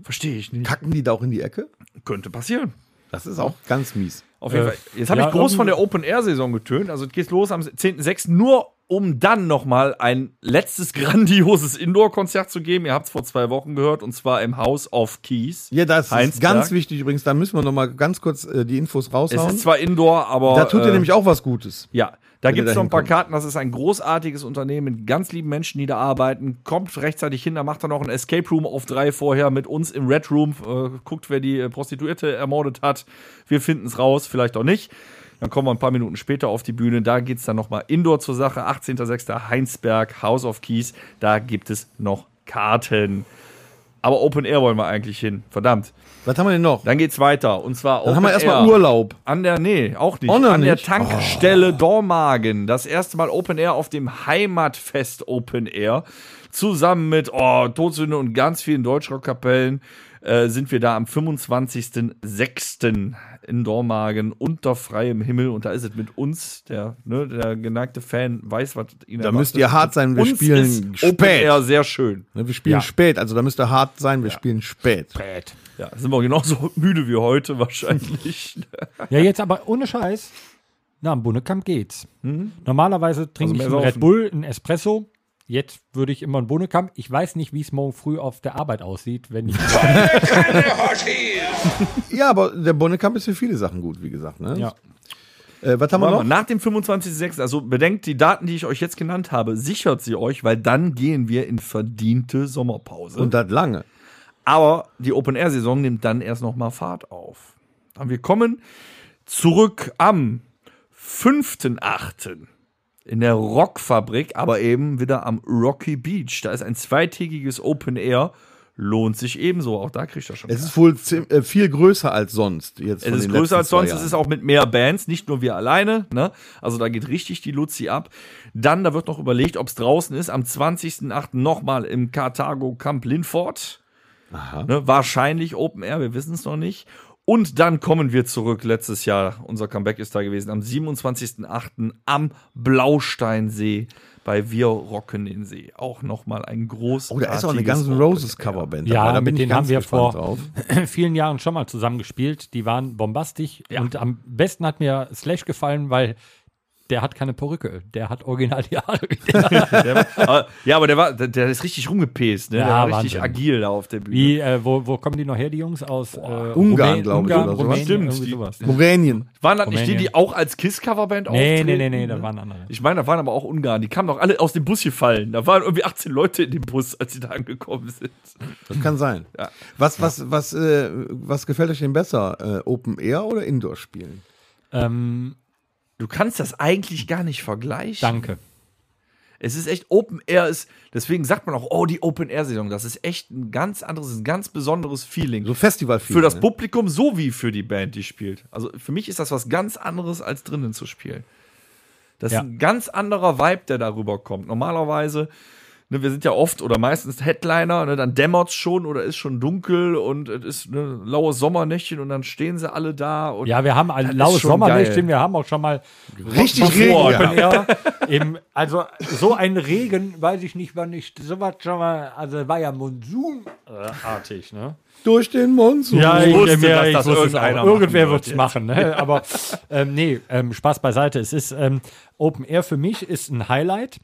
Verstehe ich nicht. Kacken die da auch in die Ecke? Könnte passieren. Das ist auch ganz mies. Auf jeden Äh, Fall. Jetzt habe ja, ich groß von irgendwie- der Open-Air-Saison getönt. Also es geht los am 10.06. Nur um dann nochmal ein letztes (laughs) grandioses Indoor-Konzert zu geben. Ihr habt es vor zwei Wochen gehört und zwar im House of Keys. Ja, das ist Heinsberg. ganz wichtig übrigens. Da müssen wir noch mal ganz kurz äh, die Infos Es raushauen. ist zwar Indoor, aber. da tut ihr äh, nämlich auch was Gutes. Ja, da Wenn ihr gibt es da noch ein paar hinkommt. Karten. Das ist ein großartiges Unternehmen mit ganz lieben Menschen, die da arbeiten. Kommt rechtzeitig hin, da macht er noch ein Escape Room auf drei vorher mit uns im Red Room. Äh, guckt, wer die äh, Prostituierte ermordet hat. Wir finden es raus, vielleicht auch nicht. Dann kommen wir ein paar Minuten später auf die Bühne. Da geht es dann nochmal Indoor zur Sache. 18.06. Heinsberg, House of Keys. Da gibt es noch Karten. Aber Open Air wollen wir eigentlich hin. Verdammt. Was haben wir denn noch? Dann geht's weiter. Und zwar Dann haben wir erstmal Urlaub. An der, nee, auch nicht. Auch noch An der nicht? Oh. Tankstelle Dormagen. Das erste Mal Open Air auf dem Heimatfest Open Air. Zusammen mit oh, Todsünde und ganz vielen Deutschrockkapellen äh, sind wir da am 25.06. in Dormagen unter freiem Himmel. Und da ist es mit uns, der, ne, der geneigte Fan weiß, was ihn Da müsst ihr hart sein, wir Uns spielen ist Open spät. Air sehr schön. Ne, Wir spielen Ja. spät, also da müsst ihr hart sein, wir spielen spät. Ja, sind wir genauso (laughs) müde wie heute (laughs) wahrscheinlich. Ja, jetzt aber ohne Scheiß. Na, am Bunnekamp geht's. Normalerweise trinke Mhm. Also mehr ich einen Red saufen. Bull, einen Espresso. Jetzt würde ich immer einen Bunnekamp. Ich weiß nicht, wie es morgen früh auf der Arbeit aussieht, wenn (laughs) ich. Ja, aber der Bonnekamp ist für viele Sachen gut, wie gesagt. Ne? Ja. Äh, was haben wir Warte mal, noch? nach dem 25.06., also bedenkt die Daten, die ich euch jetzt genannt habe, sichert sie euch, weil dann gehen wir in verdiente Sommerpause. Und das lange. Aber die Open-Air-Saison nimmt dann erst nochmal Fahrt auf. Und wir kommen zurück am 5.8. in der Rockfabrik, aber eben wieder am Rocky Beach. Da ist ein zweitägiges Open-Air, lohnt sich ebenso. Auch da kriegt er schon. Es ist wohl ziem- äh, viel größer als sonst. Jetzt Es ist größer als sonst, es ist auch mit mehr Bands, nicht nur wir alleine. Ne? Also da geht richtig die Luzi ab. Dann, da wird noch überlegt, ob es draußen ist. Am 20.08. nochmal im Carthago Camp Linford. Ne? Wahrscheinlich Open Air, wir wissen es noch nicht. Und dann kommen wir zurück letztes Jahr. Unser Comeback ist da gewesen. Am 27.08. am Blausteinsee bei Wir rocken den See. Auch nochmal ein großes. Oh, da ist auch eine ganze Roses Coverband. Ja, dabei, da mit ich denen ganz haben wir vor (laughs) gespannt drauf. (clears throat) vielen Jahren schon mal zusammengespielt. Die waren bombastisch. Und am besten hat mir Slash gefallen, weil der hat keine Perücke. Der hat original die (laughs) Haare. wie der- Der, aber- Äh, ja, aber der, war, der, der ist richtig rumgepest. Ne? der Ja, war richtig Wahnsinn. agil da auf der Bühne. Wie, äh, wo, wo kommen die noch her, die Jungs? Aus äh, Ungarn, Rumä- glaube ich, Ungarn, oder so. Rumänien, Stimmt, irgendwie die- sowas. Ja. Rumänien. Waren das nicht die, Rumänien. die auch als Kiss-Coverband Nee, auftreten? nee, nee, nee, da waren andere. Ich meine, da waren aber auch Ungarn. Die kamen doch alle aus dem Bus gefallen. Da waren irgendwie 18 Leute in dem Bus, als sie da angekommen sind. Das kann sein. Was, was, was, äh, was gefällt euch denn besser? Äh, Open Air oder Indoor spielen? Ähm, Du kannst das eigentlich gar nicht vergleichen. danke. Es ist echt Open Air ist, deswegen sagt man auch, oh, die Open Air Saison, das ist echt ein ganz anderes, ein ganz besonderes Feeling. So Festival für das ne? Publikum sowie für die Band, die spielt. Also für mich ist das was ganz anderes, als drinnen zu spielen. Das Ja. ist ein ganz anderer Vibe, der darüber kommt. Normalerweise, ne, wir sind ja oft oder meistens Headliner, ne, dann dämmert es schon oder ist schon dunkel und es ist ne, laue Sommernächtchen und dann stehen sie alle da. Und Ja, wir haben ein Das laues ist schon Sommernächtchen, geil. wir haben auch schon mal Richtig Regen. Open Ja. Air. Im, also so ein Regen, weiß ich nicht, wann ich sowas schon mal, also war ja Monsunartig, ne? Durch den Monsun. Ja, ich, wusste, wusste, mir, dass ich das wusste es irgendeiner auch. machen genau. Irgendwer wird wird es jetzt. machen, ne? Aber ähm, nee, ähm, Spaß beiseite. Es ist ähm, Open Air für mich ist ein Highlight.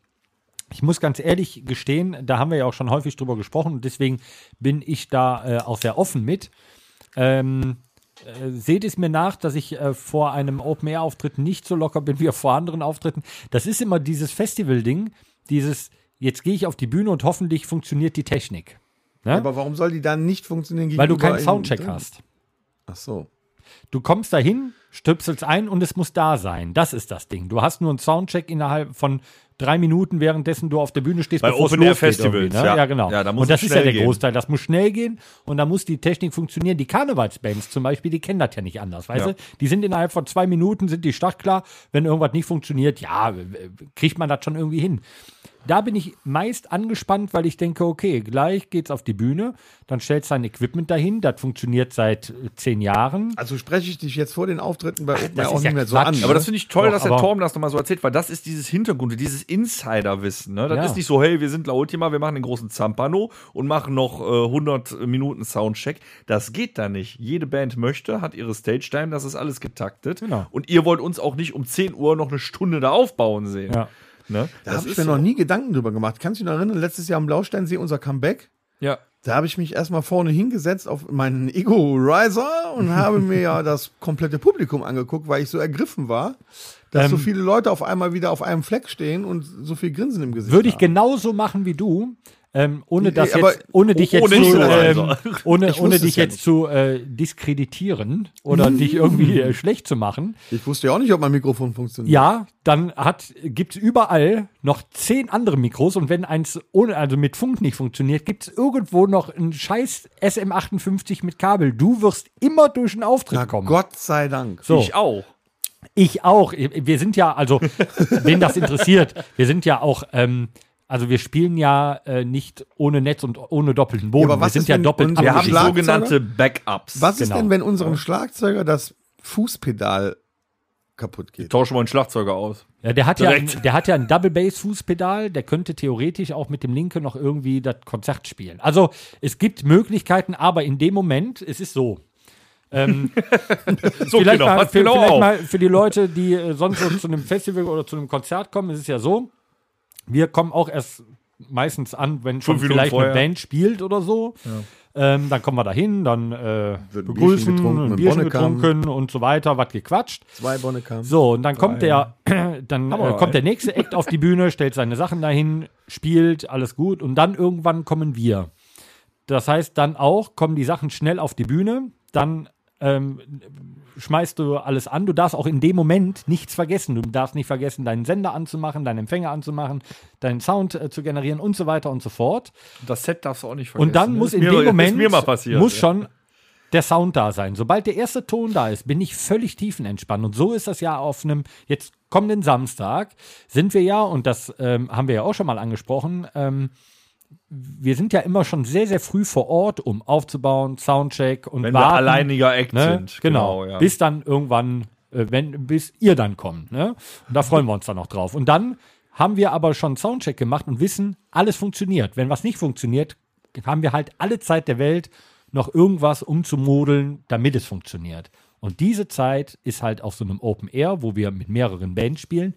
Ich muss ganz ehrlich gestehen, da haben wir ja auch schon häufig drüber gesprochen und deswegen bin ich da äh, auch sehr offen mit. Ähm, äh, seht es mir nach, dass ich äh, vor einem Open-Air-Auftritt nicht so locker bin (laughs) wie vor anderen Auftritten. Das ist immer dieses Festival-Ding, dieses, jetzt gehe ich auf die Bühne und hoffentlich funktioniert die Technik. Aber warum soll die dann nicht funktionieren? Weil du gegenüber keinen in- Soundcheck hast. Ach so. Du kommst dahin, stöpselst ein und es muss da sein. Das ist das Ding. Du hast nur einen Soundcheck innerhalb von drei Minuten, währenddessen du auf der Bühne stehst. Bei bevor es Open Air losgeht Festivals, irgendwie, Ne? Ja. ja. genau. Ja, da muss und das es ist ja schnell der gehen. Großteil. Das muss schnell gehen und da muss die Technik funktionieren. Die Karnevalsbands zum Beispiel, die kennen das ja nicht anders, weißt Ja. du? Die sind innerhalb von zwei Minuten, sind die startklar. Wenn irgendwas nicht funktioniert, ja, äh, kriegt man das schon irgendwie hin. Da bin ich meist angespannt, weil ich denke, okay, gleich geht's auf die Bühne, dann stellst du dein Equipment dahin, das funktioniert seit äh, zehn Jahren. Also spreche ich dich jetzt vor den Auftritten bei Open das Air auch ist nicht ja mehr so Quatsch. an. ne? Aber das finde ich toll, Doch, dass der aber- Torben das nochmal so erzählt, weil das ist dieses Hintergrund, dieses Insiderwissen. Ne? Das Ja. ist nicht so, hey, wir sind La Ultima, wir machen den großen Zampano und machen noch äh, 100 Minuten Soundcheck. Das geht da nicht. Jede Band möchte, hat ihre Stage-Time, das ist alles getaktet. Genau. Und ihr wollt uns auch nicht um 10 Uhr noch eine Stunde da aufbauen sehen. Ja. Ne? da habe ich mir noch nie Gedanken drüber gemacht. Kannst du dich noch erinnern, letztes Jahr am Blausteinsee unser Comeback? Ja. Da habe ich mich erstmal vorne hingesetzt auf meinen Ego Riser (laughs) und habe mir ja das komplette Publikum angeguckt, weil ich so ergriffen war, dass Ähm, so viele Leute auf einmal wieder auf einem Fleck stehen und so viel Grinsen im Gesicht Würde ich haben. genauso machen wie du. Ähm, ohne das aber oh, jetzt, ohne dich jetzt ohne zu, nicht so sein, ähm, (laughs) ohne, Ich ohne wusste dich es ja jetzt zu äh, diskreditieren (laughs) oder dich irgendwie äh, schlecht zu machen. Ich wusste ja auch nicht, ob mein Mikrofon funktioniert. Ja, dann hat gibt's überall noch zehn andere Mikros und wenn eins ohne also mit Funk nicht funktioniert, gibt's irgendwo noch einen scheiß SM58 mit Kabel. Du wirst immer durch einen Auftritt Na, kommen. Gott sei Dank. So. Ich auch. Ich auch. Wir sind ja, also, wen das interessiert, wir sind ja auch, ähm, also wir spielen ja äh, nicht ohne Netz und ohne doppelten Boden. Ja, aber wir was sind ist, ja wenn- doppelt und wir Wir haben Am abgesichert. Schlagzeuger? sogenannte Backups. Was ist Genau. denn, wenn unserem Schlagzeuger das Fußpedal kaputt Ich geht? tausche mal einen Schlagzeuger aus. Ja, der, hat ja ein, Direkt. der hat ja ein Double Bass Fußpedal, der könnte theoretisch auch mit dem Linke noch irgendwie das Konzert spielen. Also es gibt Möglichkeiten, aber in dem Moment, es ist so. So, vielleicht genau. mal, Pass für, genau vielleicht auf. mal für die Leute, die äh, sonst so zu einem Festival oder zu einem Konzert kommen, es ist ja so, wir kommen auch erst meistens an, wenn schon Fünf Minuten vielleicht eine vorher. Band spielt oder so. Ähm, dann kommen wir dahin, dann äh, Wird ein begrüßen, Bierchen getrunken, ein ein Bierchen Bonnekam. getrunken und so weiter, was gequatscht. Zwei Bonne kamen. So, und dann kommt der, (clears throat) dann äh, Hammer, kommt der ey. (laughs) nächste Act auf die Bühne, stellt seine Sachen dahin, spielt, alles gut. Und dann irgendwann kommen wir. Das heißt, dann auch kommen die Sachen schnell auf die Bühne, dann ähm, schmeißt du alles an. Du darfst auch in dem Moment nichts vergessen. Du darfst nicht vergessen, deinen Sender anzumachen, deinen Empfänger anzumachen, deinen Sound äh, zu generieren und so weiter und so fort. Das Set darfst du auch nicht vergessen. Und dann ne? muss Ist in mir- dem Moment Ist mir mal passiert. muss Ja. schon der Sound da sein. Sobald der erste Ton da ist, bin ich völlig tiefenentspannt. Und so ist das ja auf einem jetzt kommenden Samstag sind wir ja und das ähm, haben wir ja auch schon mal angesprochen. Ähm, wir sind ja immer schon sehr sehr früh vor Ort, um aufzubauen, Soundcheck und Wenn warten, wir alleiniger Act ne? sind. Genau. ja. Bis dann irgendwann, äh, wenn, bis ihr dann kommt. Ne? Und da freuen wir uns dann noch drauf. Und dann haben wir aber schon einen Soundcheck gemacht und wissen, alles funktioniert. Wenn was nicht funktioniert, haben wir halt alle Zeit der Welt, noch irgendwas umzumodeln, damit es funktioniert. Und diese Zeit ist halt auf so einem Open Air, wo wir mit mehreren Bands spielen,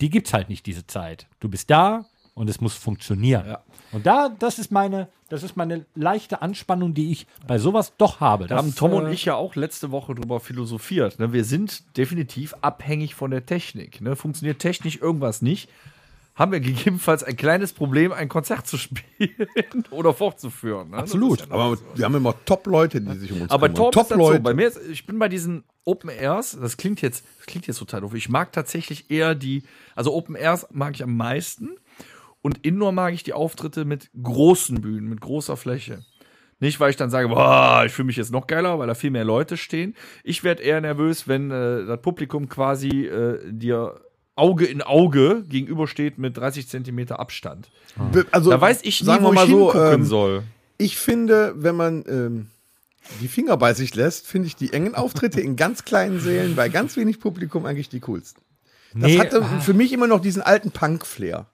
die gibt's halt nicht diese Zeit. Du bist da und es muss funktionieren. Und da, das ist meine, das ist meine leichte Anspannung, die ich bei sowas doch habe. Da Das, haben Tom äh, und ich ja auch letzte Woche drüber philosophiert. Ne? Wir sind definitiv abhängig von der Technik. Ne? Funktioniert technisch irgendwas nicht, haben wir gegebenenfalls ein kleines Problem, ein Konzert zu (laughs) spielen oder fortzuführen. Ne? Absolut. Aber wir haben immer Top-Leute, die sich um uns Aber Tom kümmern. ist das so. Top-Leute. Bei mir ist, ich bin bei diesen Open Airs, das klingt jetzt, das klingt jetzt total doof. Ich mag tatsächlich eher die, also Open Airs mag ich am meisten und Indoor mag ich die Auftritte mit großen Bühnen, mit großer Fläche. Nicht, weil ich dann sage, boah, ich fühle mich jetzt noch geiler, weil da viel mehr Leute stehen. Ich werde eher nervös, wenn äh, das Publikum quasi äh, dir Auge in Auge gegenübersteht mit 30 Zentimeter Abstand. also, Da weiß ich nie, sagen wo wir ich mal so, hingucken ähm, soll. Ich finde, wenn man ähm, die Finger bei sich lässt, finde ich die engen Auftritte in ganz kleinen Sälen bei ganz wenig Publikum eigentlich die coolsten. Das Nee, hatte ah, für mich immer noch diesen alten Punk-Flair.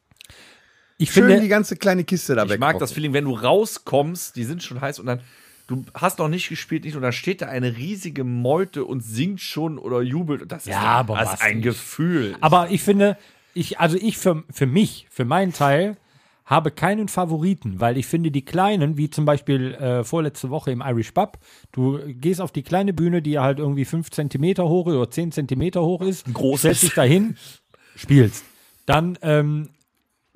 ich Schön finde, die ganze kleine Kiste da weg. Ich mag das Feeling, wenn du rauskommst, die sind schon heiß und dann, du hast noch nicht gespielt, nicht, und dann steht da eine riesige Meute und singt schon oder jubelt. Und das Ja, ist, aber das was ist ein nicht. Gefühl. aber ich finde, ich, also ich für, für mich, für meinen Teil, habe keinen Favoriten, weil ich finde, die kleinen, wie zum Beispiel äh, vorletzte Woche im Irish Pub, du gehst auf die kleine Bühne, die halt irgendwie 5 cm hoch oder 10 cm hoch ist, großes. setzt dich dahin, spielst. Dann ähm,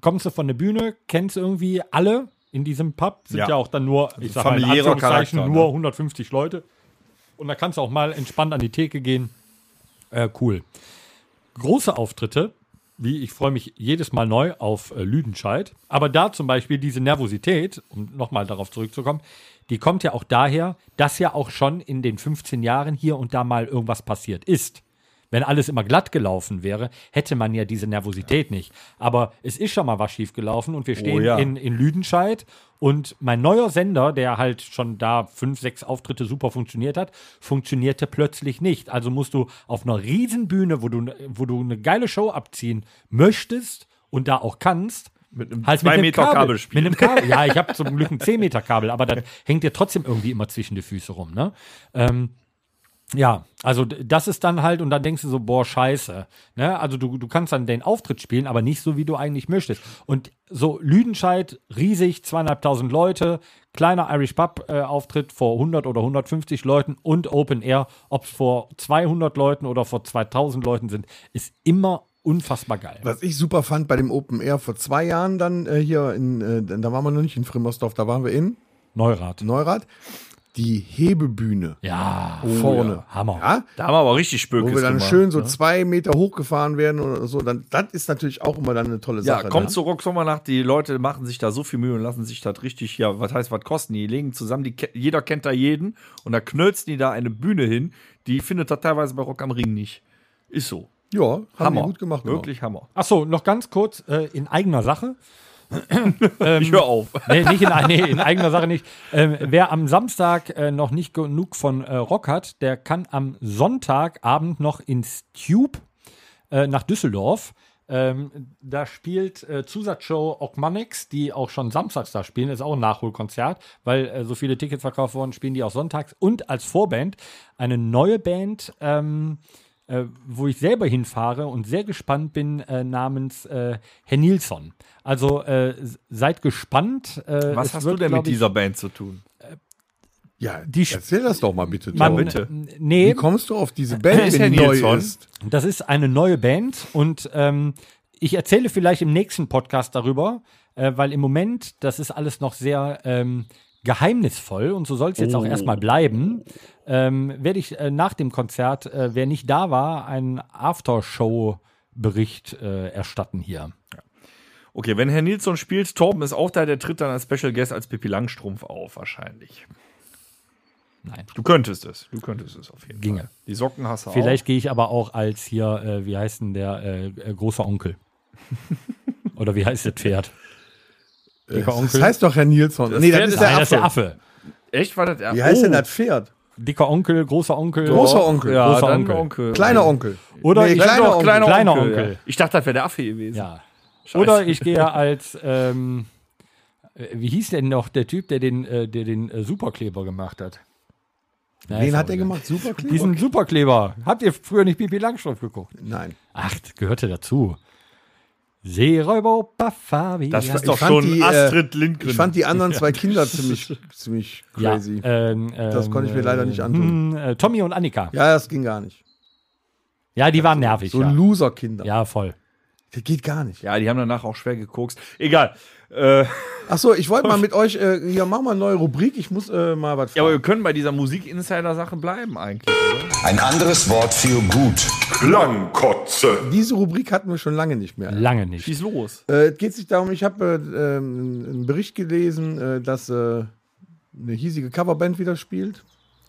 kommst du von der Bühne, kennst irgendwie alle in diesem Pub, sind ja, Ja. auch dann nur, ich sag mal, in familiärer Anführungszeichen Charakter, ne? nur 150 Leute. Und da kannst du auch mal entspannt an die Theke gehen. Äh, cool. Große Auftritte, wie ich freue mich jedes Mal neu auf äh, Lüdenscheid. Aber da zum Beispiel diese Nervosität, um nochmal darauf zurückzukommen, die kommt ja auch daher, dass ja auch schon in den 15 Jahren hier und da mal irgendwas passiert ist. Wenn alles immer glatt gelaufen wäre, hätte man ja diese Nervosität nicht. Aber es ist schon mal was schief gelaufen und wir stehen Oh ja. in, in Lüdenscheid und mein neuer Sender, der halt schon da fünf, sechs Auftritte super funktioniert hat, funktionierte plötzlich nicht. Also musst du auf einer Riesenbühne, wo du, wo du eine geile Show abziehen möchtest und da auch kannst, halt mit einem zwei Meter Kabel spielen. Mit einem Kabel. Ja, ich habe zum (laughs) Glück ein 10 Meter Kabel, aber das hängt dir trotzdem irgendwie immer zwischen die Füße rum, ne? Ja, also d- das ist dann halt, und dann denkst du so, boah, scheiße. Ne? Also du, du kannst dann den Auftritt spielen, aber nicht so, wie du eigentlich möchtest. Und so Lüdenscheid, riesig, zweieinhalbtausend Leute, kleiner Irish Pub-Auftritt vor 100 oder 150 Leuten und Open Air, ob es vor 200 Leuten oder vor 2000 Leuten sind, ist immer unfassbar geil. Was ich super fand bei dem Open Air vor zwei Jahren dann äh, hier in, äh, da waren wir noch nicht in Frimmersdorf, da waren wir in Neurath. Neurath. Die Hebebühne Ja, vorne. Hammer. Ja? Da haben wir aber richtig Wo Spökes wir dann gemacht. schön ne? so zwei Meter hochgefahren werden oder so. Dann, das ist natürlich auch immer dann eine tolle ja, Sache. ne? kommt zu Rock Sommernacht, die Leute machen sich da so viel Mühe und lassen sich das richtig, ja, was heißt, was kosten die? Legen zusammen, die, ke- jeder kennt da jeden und da knölzen die da eine Bühne hin, die findet das teilweise bei Rock am Ring nicht. Ist so. Ja, haben Hammer. die gut gemacht. genau. Wirklich Hammer. Achso, noch ganz kurz äh, in eigener Sache. Ähm, Ich höre (laughs) auf. (laughs) Nee, nicht in, ah, nee, in eigener Sache nicht. Ähm, wer am Samstag äh, noch nicht genug von äh, Rock hat, der kann am Sonntagabend noch ins Tube äh, nach Düsseldorf. Ähm, da spielt äh, Zusatzshow Ogmanix, die auch schon samstags da spielen. Ist auch ein Nachholkonzert, weil äh, so viele Tickets verkauft wurden, spielen die auch sonntags. Und als Vorband eine neue Band, ähm, äh, wo ich selber hinfahre und sehr gespannt bin, äh, namens äh, Herr Nilsson. Also äh, s- seid gespannt. Äh, Was es hast wird, du denn glaub mit ich, dieser Band zu tun? Ja, Die Sch- erzähl das doch mal bitte. Man, äh, Tom. bitte. Nee, Wie kommst du auf diese Band, Ist wenn die Herr neu Nilsson. ist? Das ist eine neue Band und ähm, ich erzähle vielleicht im nächsten Podcast darüber, äh, weil im Moment, das ist alles noch sehr ähm, geheimnisvoll und so soll es jetzt Oh. auch erstmal bleiben. Ähm, werde ich äh, nach dem Konzert, äh, wer nicht da war, einen Aftershow-Bericht äh, erstatten hier. Okay, wenn Herr Nilsson spielt, Torben ist auch da, der tritt dann als Special Guest als Pippi Langstrumpf auf, wahrscheinlich. Nein. Du könntest es. Du könntest es auf jeden Ginge. Fall. Die Socken hast du Vielleicht Oh. gehe ich aber auch als hier, äh, wie heißt denn der, äh, äh, großer (laughs) Onkel. Oder wie heißt das Pferd? Äh, Das heißt doch Herr Nilsson. Nee, Pferd das ist Oh. ist Nein, der das ist der Affe. Affe. auch. Echt? War das er? Oh. Wie heißt denn das Pferd? Dicker Onkel, großer Onkel. Großer Onkel. Ja, Großer dann Onkel. Onkel. Kleiner Onkel. Oder Nee, ich- Kleiner, Kleiner Onkel. Kleiner, Onkel. Onkel. Kleiner Onkel. Ja. Ich dachte, das wäre der Affe gewesen. Ja. Scheiße. Oder ich gehe als, ähm, äh, wie hieß denn noch der Typ, der den, äh, der den äh, Superkleber gemacht hat? Na, ist Wen auch hat er egal. gemacht? Superkleber? Diesen Superkleber. Habt ihr früher nicht Bibi Langstrumpf geguckt? Nein. Ach, das gehörte dazu. Seeräuber Opa Fabian. Das ist doch fand schon die, äh, Astrid Lindgren. Ich fand die anderen zwei Kinder ziemlich, ziemlich crazy. Ja, Ja, ähm, ähm, Das konnte ich mir leider nicht antun. hm, Äh, Tommy und Annika. Ja, das ging gar nicht. die waren nervig. So ja. Loser-Kinder. ja, voll. Das geht gar nicht. ja, die haben danach auch schwer gekokst. Egal. Äh, Achso, ich wollte mal mit euch, äh, ja, mach mal eine neue Rubrik. Ich muss äh, mal was ja, aber wir können bei dieser Musik-Insider-Sache bleiben eigentlich. Oder? Ein anderes Wort für gut. Klangkotze. Diese Rubrik hatten wir schon lange nicht mehr. Lange nicht. Schieß los. Äh, es geht sich darum, ich habe äh, ähm, einen Bericht gelesen, äh, dass äh, eine hiesige Coverband wieder spielt.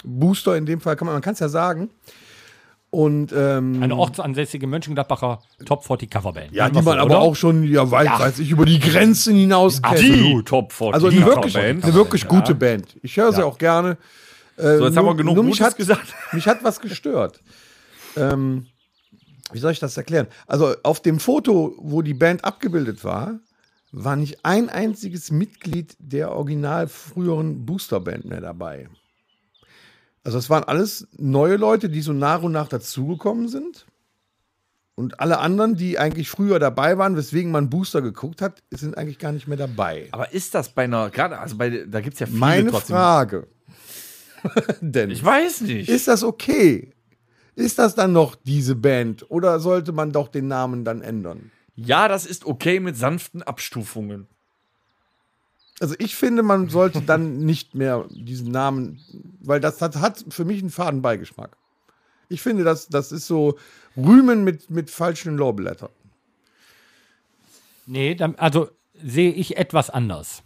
Booster in dem Fall, kann man, man kann es ja sagen. Und ähm, Eine ortsansässige Mönchengladbacher Top 40 Coverband. ja, die Einfach man so, aber oder? auch schon, ja, weiß, weiß ich, über die Grenzen hinaus kennt. Die Top 40. Also die eine wirklich, Coverband. eine wirklich gute Band. Ich höre sie auch gerne. Äh, So, jetzt haben wir genug mich Gutes hat, gesagt. (laughs) Mich hat was gestört. ähm, wie soll ich das erklären? Also auf dem Foto, wo die Band abgebildet war, war nicht ein einziges Mitglied der original früheren Booster-Band mehr dabei. Also es waren alles neue Leute, die so nach und nach dazugekommen sind. Und alle anderen, die eigentlich früher dabei waren, weswegen man Booster geguckt hat, sind eigentlich gar nicht mehr dabei. Aber ist das bei einer, gerade, also bei, da gibt es ja viele Meine trotzdem. Frage. (laughs) Denn Ich weiß nicht. ist das okay? Ist das dann noch diese Band oder sollte man doch den Namen dann ändern? ja, das ist okay mit sanften Abstufungen. Also ich finde, man sollte (laughs) dann nicht mehr diesen Namen, weil das hat, hat für mich einen Fadenbeigeschmack. Ich finde, das, das ist so Rühmen mit, mit falschen Lorbeerblättern. Nee, dann, also sehe ich etwas anders.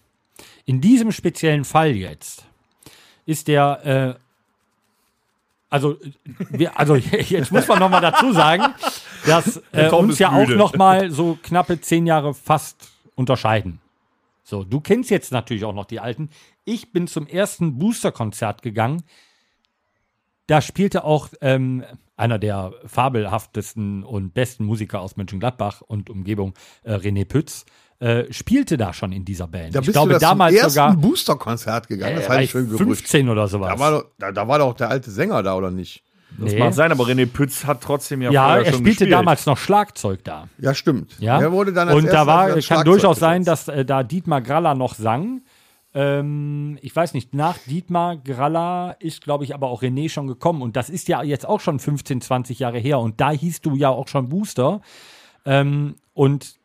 In diesem speziellen Fall jetzt ist der, äh, also, äh, wir, also (laughs) jetzt muss man nochmal dazu sagen, dass äh, Tom uns ist ja auch müde. nochmal so knappe zehn Jahre fast unterscheiden. So, du kennst jetzt natürlich auch noch die alten. Ich bin zum ersten Booster-Konzert gegangen. Da spielte auch ähm, einer der fabelhaftesten und besten Musiker aus Mönchengladbach und Umgebung, äh, René Pütz, äh, spielte da schon in dieser Band. Da ich bist glaube, du das damals zum ersten sogar Booster-Konzert gegangen. Das äh, halte war ich ich für ein Gerücht. 15 oder sowas. Da war, doch, da, da war doch der alte Sänger da, oder nicht? Das Nee. mag sein, aber René Pütz hat trotzdem ja, ja, vorher er schon spielte gespielt. damals noch Schlagzeug da. Ja, stimmt. Ja. Der wurde dann als und da erstes war, es als kann Schlagzeug durchaus sein, gesetzt. dass äh, da Dietmar Gralla noch sang. Ähm, ich weiß nicht, nach Dietmar Gralla ist, glaube ich, aber auch René schon gekommen. Und das ist ja jetzt auch schon 15, 20 Jahre her. Und da hieß du ja auch schon Booster. Ähm, und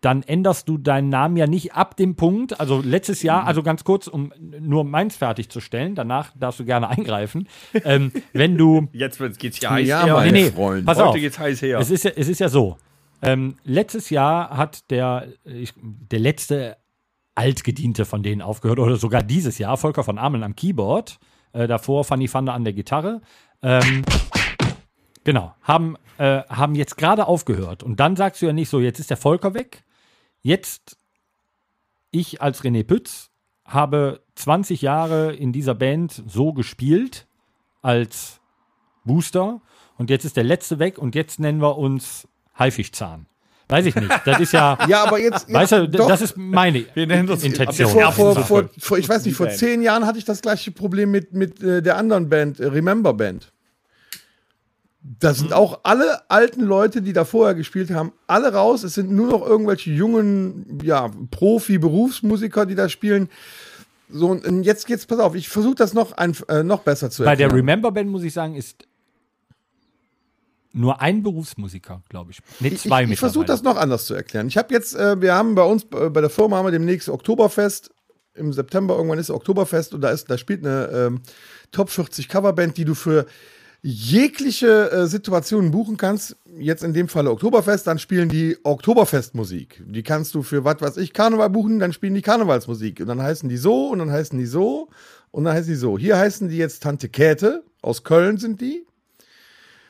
dann änderst du deinen Namen ja nicht ab dem Punkt, also letztes Mhm. Jahr, also ganz kurz, um nur meins fertigzustellen, danach darfst du gerne (laughs) eingreifen. ähm, wenn du Jetzt wird's- geht's ja heiß Ja, her. mein nee, nee, Freund. pass auf. Heute geht's heiß her. Es ist ja, es ist ja so. Ähm, letztes Jahr hat der, äh, ich, der letzte Altgediente von denen aufgehört, oder sogar dieses Jahr, Volker von Ameln am Keyboard, äh, davor Fanny Fander an der Gitarre. Ähm, genau, haben, äh, haben jetzt gerade aufgehört. Und dann sagst du ja nicht so, jetzt ist der Volker weg. Jetzt, ich als René Pütz habe 20 Jahre in dieser Band so gespielt, als Booster und jetzt ist der letzte weg und jetzt nennen wir uns Haifischzahn. Weiß ich nicht. Das ist ja, (laughs) Ja, aber jetzt. jetzt weißt du, d- doch. das ist meine nennen uns- Intention. vor, vor, vor, vor, ich weiß nicht, vor zehn Jahren hatte ich das gleiche Problem mit, mit äh, der anderen Band, äh, Remember Band. Da sind auch alle alten Leute, die da vorher gespielt haben, alle raus. Es sind nur noch irgendwelche jungen, ja, Profi-Berufsmusiker, die da spielen. So, und ähm, jetzt geht's, pass auf, ich versuche das noch, ein, äh, noch besser zu Bei erklären. der Remember Band muss ich sagen, ist nur ein Berufsmusiker, glaube ich. Nee, Ich- zwei Ich, ich versuche das mittlerweile. noch anders zu erklären. Ich habe jetzt, äh, wir haben bei uns, äh, bei der Firma haben wir demnächst Oktoberfest. Im September irgendwann ist Oktoberfest und da ist, da spielt eine ähm, Top 40 Coverband, die du für jegliche äh, Situationen buchen kannst. Jetzt in dem Falle Oktoberfest, dann spielen die Oktoberfestmusik. Die kannst du für was weiß ich Karneval buchen, dann spielen die Karnevalsmusik und dann heißen die so und dann heißen die so und dann heißen die so. Hier heißen die jetzt Tante Käthe aus Köln sind die.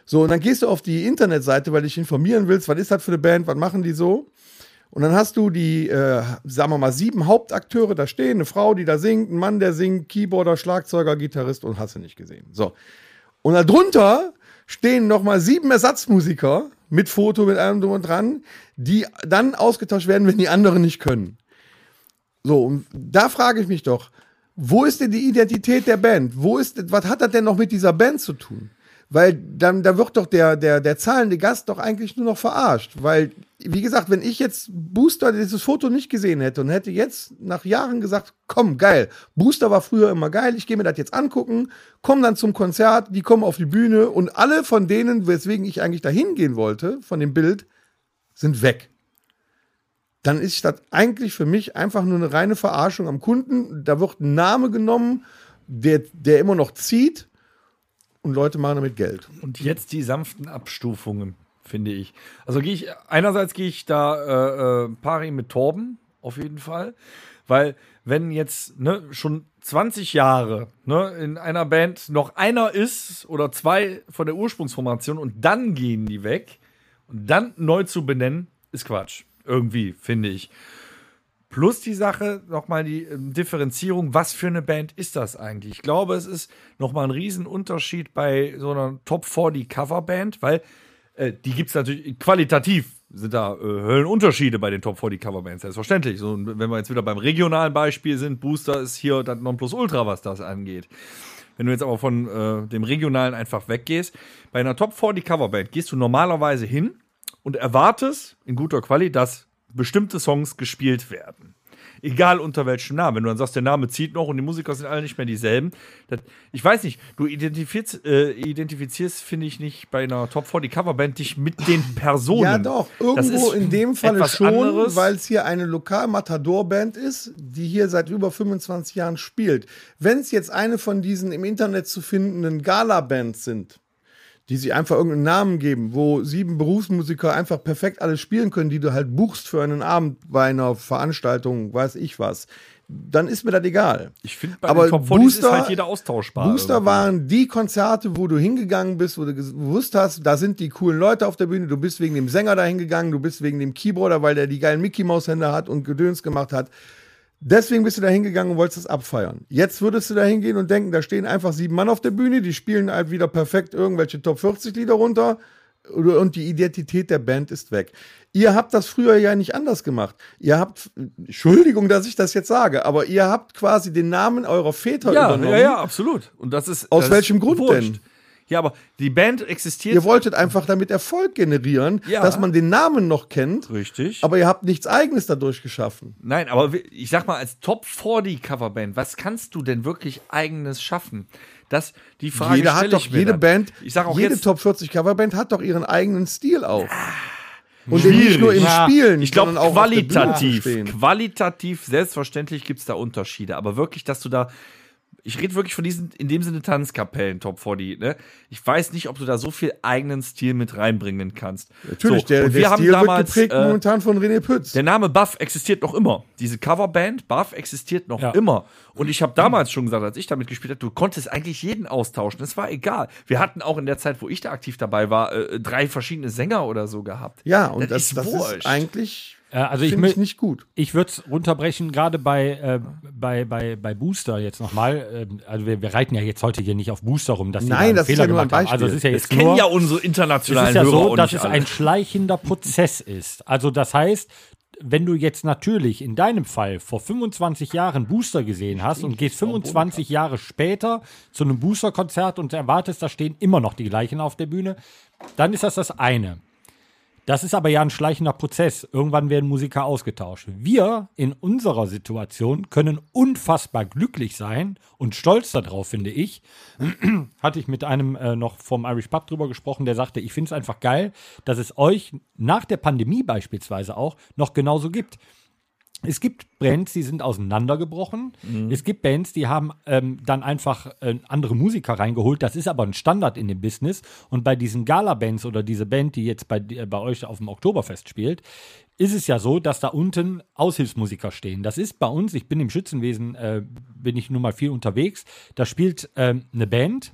So, und dann gehst du auf die Internetseite, weil du dich informieren willst, was ist das für eine Band, was machen die so? Und dann hast du die, äh, sagen wir mal, sieben Hauptakteure da stehen, eine Frau, die da singt, ein Mann, der singt, Keyboarder, Schlagzeuger, Gitarrist und hast du nicht gesehen. So. Und darunter stehen nochmal sieben Ersatzmusiker mit Foto, mit allem drum und dran, die dann ausgetauscht werden, wenn die anderen nicht können. So, und da frage ich mich doch, wo ist denn die Identität der Band? Wo ist, was hat das denn noch mit dieser Band zu tun? Weil dann, da wird doch der, der, der zahlende Gast doch eigentlich nur noch verarscht. Weil, wie gesagt, wenn ich jetzt Booster dieses Foto nicht gesehen hätte und hätte jetzt nach Jahren gesagt, komm, geil, Booster war früher immer geil, ich gehe mir das jetzt angucken, komm dann zum Konzert, die kommen auf die Bühne und alle von denen, weswegen ich eigentlich dahin gehen wollte, von dem Bild, sind weg dann ist das eigentlich für mich einfach nur eine reine Verarschung am Kunden. Da wird ein Name genommen, der, der immer noch zieht und Leute machen damit Geld. Und jetzt die sanften Abstufungen, finde ich. Also gehe ich, einerseits gehe ich da äh, äh, pari mit Torben, auf jeden Fall. Weil, wenn jetzt ne, schon 20 Jahre ne, in einer Band noch einer ist oder zwei von der Ursprungsformation und dann gehen die weg und dann neu zu benennen, ist Quatsch. Irgendwie, finde ich. Plus die Sache, nochmal die ähm, Differenzierung, was für eine Band ist das eigentlich? Ich glaube, es ist nochmal ein Riesenunterschied bei so einer Top 40 Coverband, weil äh, die gibt es natürlich qualitativ. Sind da äh, Höllenunterschiede bei den Top 40 Coverbands, selbstverständlich. So, und wenn wir jetzt wieder beim regionalen Beispiel sind, Booster ist hier das Nonplusultra, was das angeht. Wenn du jetzt aber von äh, dem regionalen einfach weggehst, bei einer Top 40 Coverband gehst du normalerweise hin und erwartest in guter Quali, dass bestimmte Songs gespielt werden. Egal unter welchem Namen. Wenn du dann sagst, der Name zieht noch und die Musiker sind alle nicht mehr dieselben. Das, ich weiß nicht, du identifizierst, äh, identifizierst finde ich nicht, bei einer Top 40 Coverband dich mit den Personen. Ja, doch, Das irgendwo ist in dem Falle etwas schon, anderes. weil es hier eine Lokal-Matador-Band ist, die hier seit über 25 Jahren spielt. Wenn es jetzt eine von diesen im Internet zu findenden Gala-Bands sind, die sich einfach irgendeinen Namen geben, wo sieben Berufsmusiker einfach perfekt alles spielen können, die du halt buchst für einen Abend bei einer Veranstaltung, weiß ich was, dann ist mir das egal. ich finde, bei aber den Top 40 ist Booster- halt jeder austauschbar. Booster irgendwie. waren die Konzerte, wo du hingegangen bist, wo du ges- gewusst hast, da sind die coolen Leute auf der Bühne, du bist wegen dem Sänger da hingegangen, du bist wegen dem Keyboarder, weil der die geilen Mickey Mouse Hände hat und Gedöns gemacht hat. Deswegen bist du da hingegangen und wolltest das abfeiern. Jetzt würdest du da hingehen und denken, da stehen einfach sieben Mann auf der Bühne, die spielen halt wieder perfekt irgendwelche Top 40 Lieder runter oder- und die Identität der Band ist weg. Ihr habt das früher ja nicht anders gemacht. Ihr habt, Entschuldigung, dass ich das jetzt sage, aber ihr habt quasi den Namen eurer Väter ja, übernommen. ja, ja, absolut. Und das ist Aus das welchem ist Grund wurscht. denn? Ja, aber die Band existiert. Ihr wolltet einfach damit Erfolg generieren, Ja. dass man den Namen noch kennt, Richtig. aber ihr habt nichts Eigenes dadurch geschaffen. Nein, aber wir- ich sag mal, als Top 40 Coverband, was kannst du denn wirklich eigenes schaffen? Das, die Frage Jeder hat stelle doch ich mir jede dann. Band, Ich sag auch jede jetzt, Top 40 Coverband hat doch ihren eigenen Stil auch. Und den nicht nur im Ja, Spielen. Ich glaube, sondern auch auf der Bühne qualitativ, stehen. qualitativ, selbstverständlich gibt es da Unterschiede, aber wirklich, dass du da, ich rede wirklich von diesen, in dem Sinne Tanzkapellen, Top 40, ne? Ich weiß nicht, ob du da so viel eigenen Stil mit reinbringen kannst. Natürlich, so, der, und der wir haben Stil wird damals, geprägt äh, momentan von René Pütz. der Name Buff existiert noch immer. Diese Coverband Buff existiert noch immer. Und ich habe damals schon gesagt, als ich damit gespielt habe, du konntest eigentlich jeden austauschen. Es war egal. Wir hatten auch in der Zeit, wo ich da aktiv dabei war, äh, drei verschiedene Sänger oder so gehabt. Ja, und das, ist das, wurscht. ist eigentlich Äh, also ich finde ich mö- nicht gut. Ich würde es runterbrechen, gerade bei, äh, bei, bei, bei Booster jetzt nochmal. Ähm, also wir, wir reiten ja jetzt heute hier nicht auf Booster rum, dass die Nein, da einen das ist Fehler ja nur ein gemacht haben. Also es Beispiel. ist ja Das jetzt kennen nur, ja unsere es internationalen ist ja Hörer so, und dass nicht es alle. ein schleichender Prozess ist. Also das heißt, wenn du jetzt natürlich in deinem Fall vor 25 Jahren Booster gesehen hast und gehst 25 Jahre später zu einem Booster-Konzert und erwartest, da stehen immer noch die gleichen auf der Bühne, dann ist das das eine. Das ist aber ja ein schleichender Prozess. Irgendwann werden Musiker ausgetauscht. Wir in unserer Situation können unfassbar glücklich sein und stolz darauf, finde ich, hatte ich mit einem äh, noch vom Irish Pub drüber gesprochen, der sagte, ich finde es einfach geil, dass es euch nach der Pandemie beispielsweise auch noch genauso gibt. Es gibt Bands, die sind auseinandergebrochen. Es gibt Bands, die haben ähm, dann einfach äh, andere Musiker reingeholt. Das ist aber ein Standard in dem Business. Und bei diesen Gala-Bands oder diese Band, die jetzt bei, äh, bei euch auf dem Oktoberfest spielt, ist es ja so, dass da unten Aushilfsmusiker stehen. Das ist bei uns, ich bin im Schützenwesen, äh, bin ich nun mal viel unterwegs. Da spielt ähm, eine Band.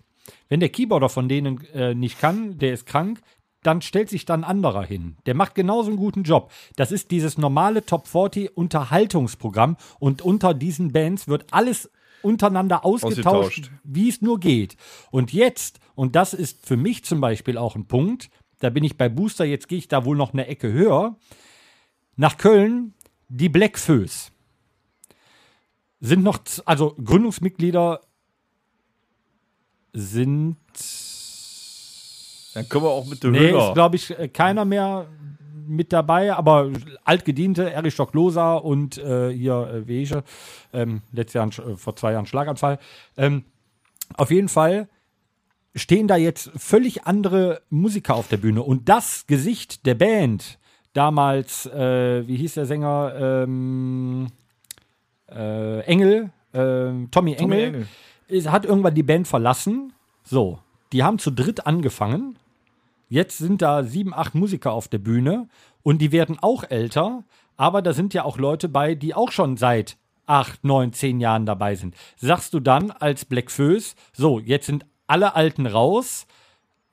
Wenn der Keyboarder von denen äh, nicht kann, der ist krank, dann stellt sich dann ein anderer hin. Der macht genauso einen guten Job. Das ist dieses normale Top 40 Unterhaltungsprogramm und unter diesen Bands wird alles untereinander ausgetauscht, Ausgetauscht. wie es nur geht. Und jetzt, und das ist für mich zum Beispiel auch ein Punkt, da bin ich bei Booster, jetzt gehe ich da wohl noch eine Ecke höher, nach Köln, die Black Föß sind noch, z- also Gründungsmitglieder sind Dann können wir auch mit der Nee, Hörer. ist, glaube ich, äh, keiner mehr mit dabei, aber altgediente Erich Stockloser und äh, hier äh, Wege, ähm, letztes Jahr, ein Sch- äh, vor zwei Jahren Schlaganfall. Ähm, auf jeden Fall stehen da jetzt völlig andere Musiker auf der Bühne und das Gesicht der Band damals, äh, wie hieß der Sänger, ähm, äh, Engel, ähm, Tommy Engel, Engel. Ist, hat irgendwann die Band verlassen. So, die haben zu dritt angefangen. Jetzt sind da sieben, acht Musiker auf der Bühne und die werden auch älter, aber da sind ja auch Leute bei, die auch schon seit acht, neun, zehn Jahren dabei sind. Sagst du dann als Black Föß, so, jetzt sind alle Alten raus,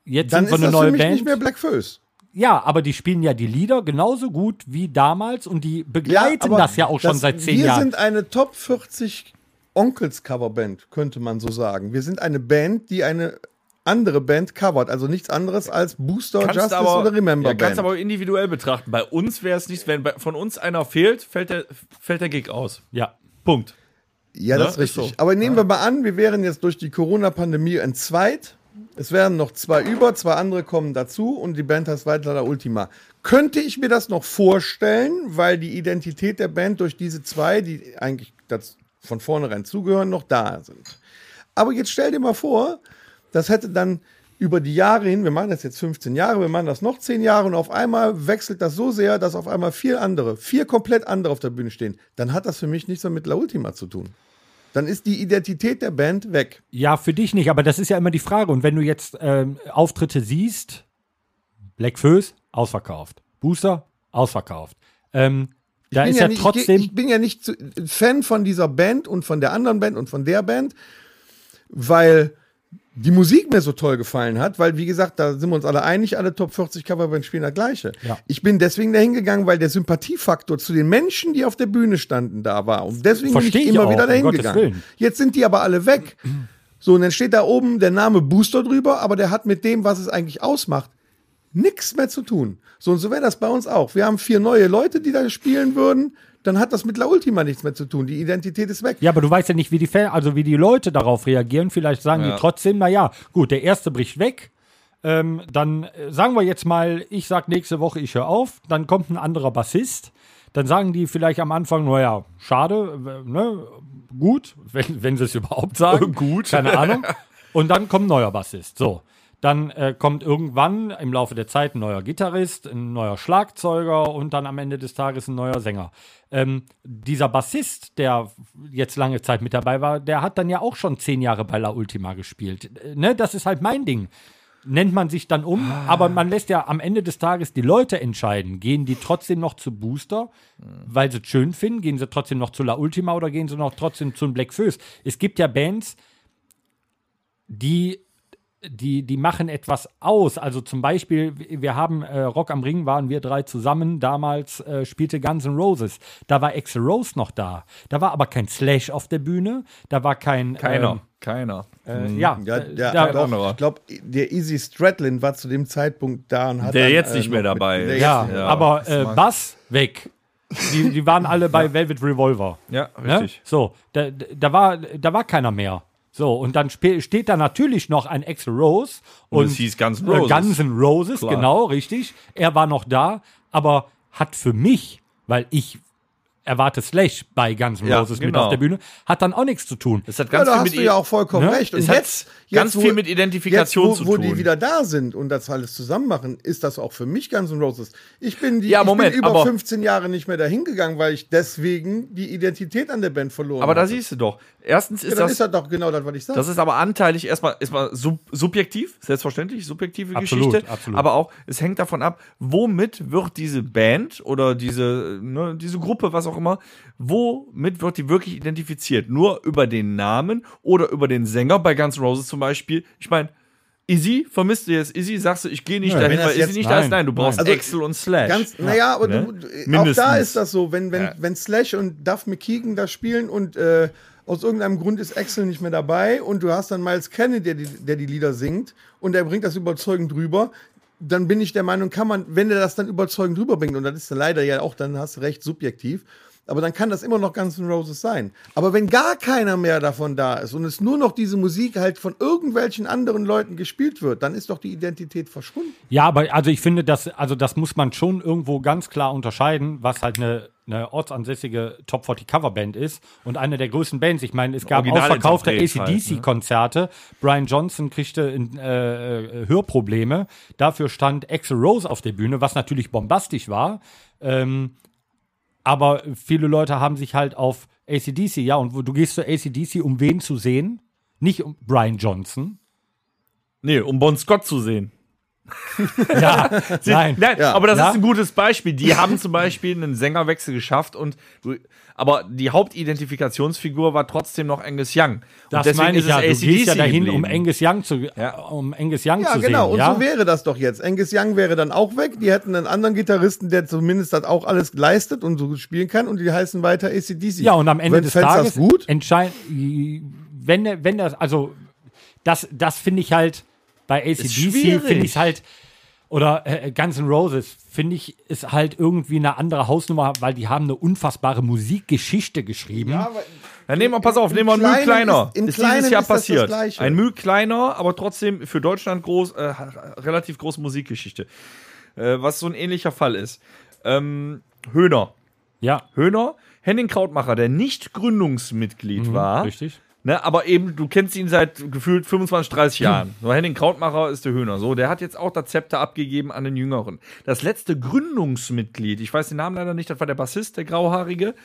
jetzt Dann sind wir ist eine das für neue mich Band. nicht mehr Black Föß. Ja, aber die spielen ja die Lieder genauso gut wie damals und die begleiten aber das ja auch schon das- seit zehn wir Jahren. Wir sind eine Top 40 Onkels-Coverband, könnte man so sagen. Wir sind eine Band, die eine andere Band covert. Also nichts anderes als Booster, kannst Justice aber, oder Remember ja, kannst Band. aber individuell betrachten. Bei uns wäre es nichts, wenn bei, von uns einer fehlt, fällt der, fällt der Gig aus. ja. Punkt. Ähm. Ja, das Ne? ist richtig. Ist so. Aber nehmen wir mal an, wir wären jetzt durch die Corona-Pandemie entzweit. Es wären noch zwei über, zwei andere kommen dazu und die Band heißt weiter La Ultima. Könnte ich mir das noch vorstellen, weil die Identität der Band durch diese zwei, die eigentlich das von vornherein zugehören, noch da sind. Aber jetzt stell dir mal vor, das hätte dann über die Jahre hin, wir machen das jetzt 15 Jahre, wir machen das noch 10 Jahre und auf einmal wechselt das so sehr, dass auf einmal vier andere, vier komplett andere auf der Bühne stehen. Dann hat das für mich nichts mehr mit La Ultima zu tun. Dann ist die Identität der Band weg. ja, für dich nicht, aber das ist ja immer die Frage. Und wenn du jetzt ähm, Auftritte siehst, Black Föß, ausverkauft. Booster, ausverkauft. Ähm, da bin ist ja, nicht, trotzdem. Ich, ich bin ja nicht zu, Fan von dieser Band und von der anderen Band und von der Band, weil die Musik mir so toll gefallen hat, weil wie gesagt, da sind wir uns alle einig, alle Top 40 Coverbands spielen das gleiche. Ja. Ich bin deswegen dahin gegangen, weil der Sympathiefaktor zu den Menschen, die auf der Bühne standen, da war. Und deswegen Versteh bin ich ich immer auch, wieder um dahin Gottes gegangen. Willen. Jetzt sind die aber alle weg. So, und dann steht da oben der Name Booster drüber, aber der hat mit dem, was es eigentlich ausmacht, nichts mehr zu tun. So und so wäre das bei uns auch. Wir haben vier neue Leute, die da spielen würden, dann hat das mit La Ultima nichts mehr zu tun. Die Identität ist weg. Ja, aber du weißt ja nicht, wie die Fan, also wie die Leute darauf reagieren. Vielleicht sagen die trotzdem, naja, gut, der erste bricht weg. Ähm, dann äh, sagen wir jetzt mal, ich sag nächste Woche, ich höre auf. Dann kommt ein anderer Bassist. Dann sagen die vielleicht am Anfang, naja, schade, äh, ne, gut, wenn, wenn sie es überhaupt sagen. gut. Keine Ahnung. Und dann kommt ein neuer Bassist. So. Dann äh, kommt irgendwann im Laufe der Zeit ein neuer Gitarrist, ein neuer Schlagzeuger und dann am Ende des Tages ein neuer Sänger. Ähm, dieser Bassist, der jetzt lange Zeit mit dabei war, der hat dann ja auch schon zehn Jahre bei La Ultima gespielt. Äh, ne? Das ist halt mein Ding. Nennt man sich dann um, aber man lässt ja am Ende des Tages die Leute entscheiden. Gehen die trotzdem noch zu Booster, weil sie es schön finden? Gehen sie trotzdem noch zu La Ultima oder gehen sie noch trotzdem zum Black Föß? Es gibt ja Bands, die die, die machen etwas aus. Also zum Beispiel, wir haben äh, Rock am Ring, waren wir drei zusammen. Damals äh, spielte Guns N' Roses. Da war Axel Rose noch da. Da war aber kein Slash auf der Bühne. Da war kein. Keiner, keiner. Ähm, äh, ja, Ja, äh, der, da, doch. doch, ich glaube, der Easy Stradlin war zu dem Zeitpunkt da und hat Der dann, äh, jetzt nicht mehr noch dabei der ist. jetzt ja, nicht Ja, aber äh, Bass weg. Die, die waren alle bei Velvet Revolver. Ja, Ne? richtig. So, da, da, war, da war keiner mehr. So, und dann spe- steht da natürlich noch ein Axel Rose. Und, es hieß Guns N' äh, Roses. Guns N' Roses, Klar. genau, richtig. Er war noch da, aber hat für mich, weil ich erwarte Slash bei Guns N' Ja, Roses mit genau. auf der Bühne, hat dann auch nichts zu tun. Es hat Ja, ganz da viel hast mit du i- ja auch vollkommen Ne? recht. Es hat ganz viel mit Identifikation jetzt, wo, zu wo tun. die wieder da sind und das alles zusammen machen, ist das auch für mich Guns N' Roses. Ich bin, die, Ja, ich Moment, bin über aber- 15 Jahre nicht mehr dahin gegangen, weil ich deswegen die Identität an der Band verloren aber da hatte. siehst du doch. Erstens ja, ist dann das, ist das doch genau das, was ich sage. Das ist aber anteilig erstmal, erstmal sub, subjektiv, selbstverständlich, subjektive Absolut, Geschichte. absolut. Aber auch, es hängt davon ab, womit wird diese Band oder diese, ne, diese Gruppe, was auch immer, womit wird die wirklich identifiziert? Nur über den Namen oder über den Sänger bei Guns N' Roses zum Beispiel. Ich meine, Izzy, vermisst du jetzt Izzy? Sagst du, ich gehe nicht dahin, wenn das weil Izzy jetzt- nicht da ist? nein, Nein, du brauchst Also, Axel und Slash. Ganz, naja, aber Ne? du, äh, auch da Mindestens. ist das so, wenn, wenn, wenn Slash und Duff McKeegan da spielen und äh, aus irgendeinem Grund ist Axel nicht mehr dabei und du hast dann Miles Kennedy, der die, der die Lieder singt und er bringt das überzeugend rüber, dann bin ich der Meinung, kann man, wenn er das dann überzeugend rüberbringt, und das ist leider ja auch, dann hast du recht, subjektiv, aber dann kann das immer noch Guns N' Roses sein. Aber wenn gar keiner mehr davon da ist und es nur noch diese Musik halt von irgendwelchen anderen Leuten gespielt wird, dann ist doch die Identität verschwunden. Ja, aber also ich finde, das, also das muss man schon irgendwo ganz klar unterscheiden, was halt eine, eine ortsansässige Top 40 Coverband ist und eine der größten Bands. Ich meine, es gab Originalinterpret ausverkaufte halt, ne? ACDC-Konzerte. Brian Johnson kriegte in, äh, äh, Hörprobleme. Dafür stand Axel Rose auf der Bühne, was natürlich bombastisch war. Ähm, aber viele Leute haben sich halt auf ACDC, ja, und wo, du gehst zu ACDC, um wen zu sehen? Nicht um Brian Johnson. Nee, um Bon Scott zu sehen. Ja, nein. Nein, aber das Ja. ist ein gutes Beispiel. Die haben zum Beispiel einen Sängerwechsel geschafft und du- aber die Hauptidentifikationsfigur war trotzdem noch Angus Young. und Das deswegen meine ich ist ja, du es gehst ja AC/DC dahin, um geblieben. Angus Young zu, Ja. um Angus Young Ja, zu genau. sehen. und ja, so wäre das doch jetzt. Angus Young wäre dann auch weg. Die hätten einen anderen Gitarristen, der zumindest das auch alles leistet und so spielen kann. Und die heißen weiter ACDC. ja, und am Ende Wenn des fänd's Tages das gut. entscheid- wenn, er- wenn das, also das, das finde ich halt bei ACDC, schwierig. finde ich halt, oder äh, Guns N' Roses, finde ich, ist halt irgendwie eine andere Hausnummer, weil die haben eine unfassbare Musikgeschichte geschrieben. Ja, nehmen wir, pass auf, Im nehmen wir einen Mühl Kleinen kleiner. ist- im ist Kleinen dieses Jahr ist das das passiert. Gleiche. Ein Mühl kleiner, aber trotzdem für Deutschland groß, äh, relativ große Musikgeschichte. Äh, was so ein ähnlicher Fall ist. Ähm, Höhner. Ja, Höhner, Henning Krautmacher, der nicht Gründungsmitglied war. Mhm, richtig. Ne, aber eben, du kennst ihn seit gefühlt 25, 30 Hm. Jahren. So, Henning Krautmacher ist der Höhner. So, der hat jetzt auch das Zepter abgegeben an den Jüngeren. Das letzte Gründungsmitglied, ich weiß den Namen leider nicht, das war der Bassist, der Grauhaarige,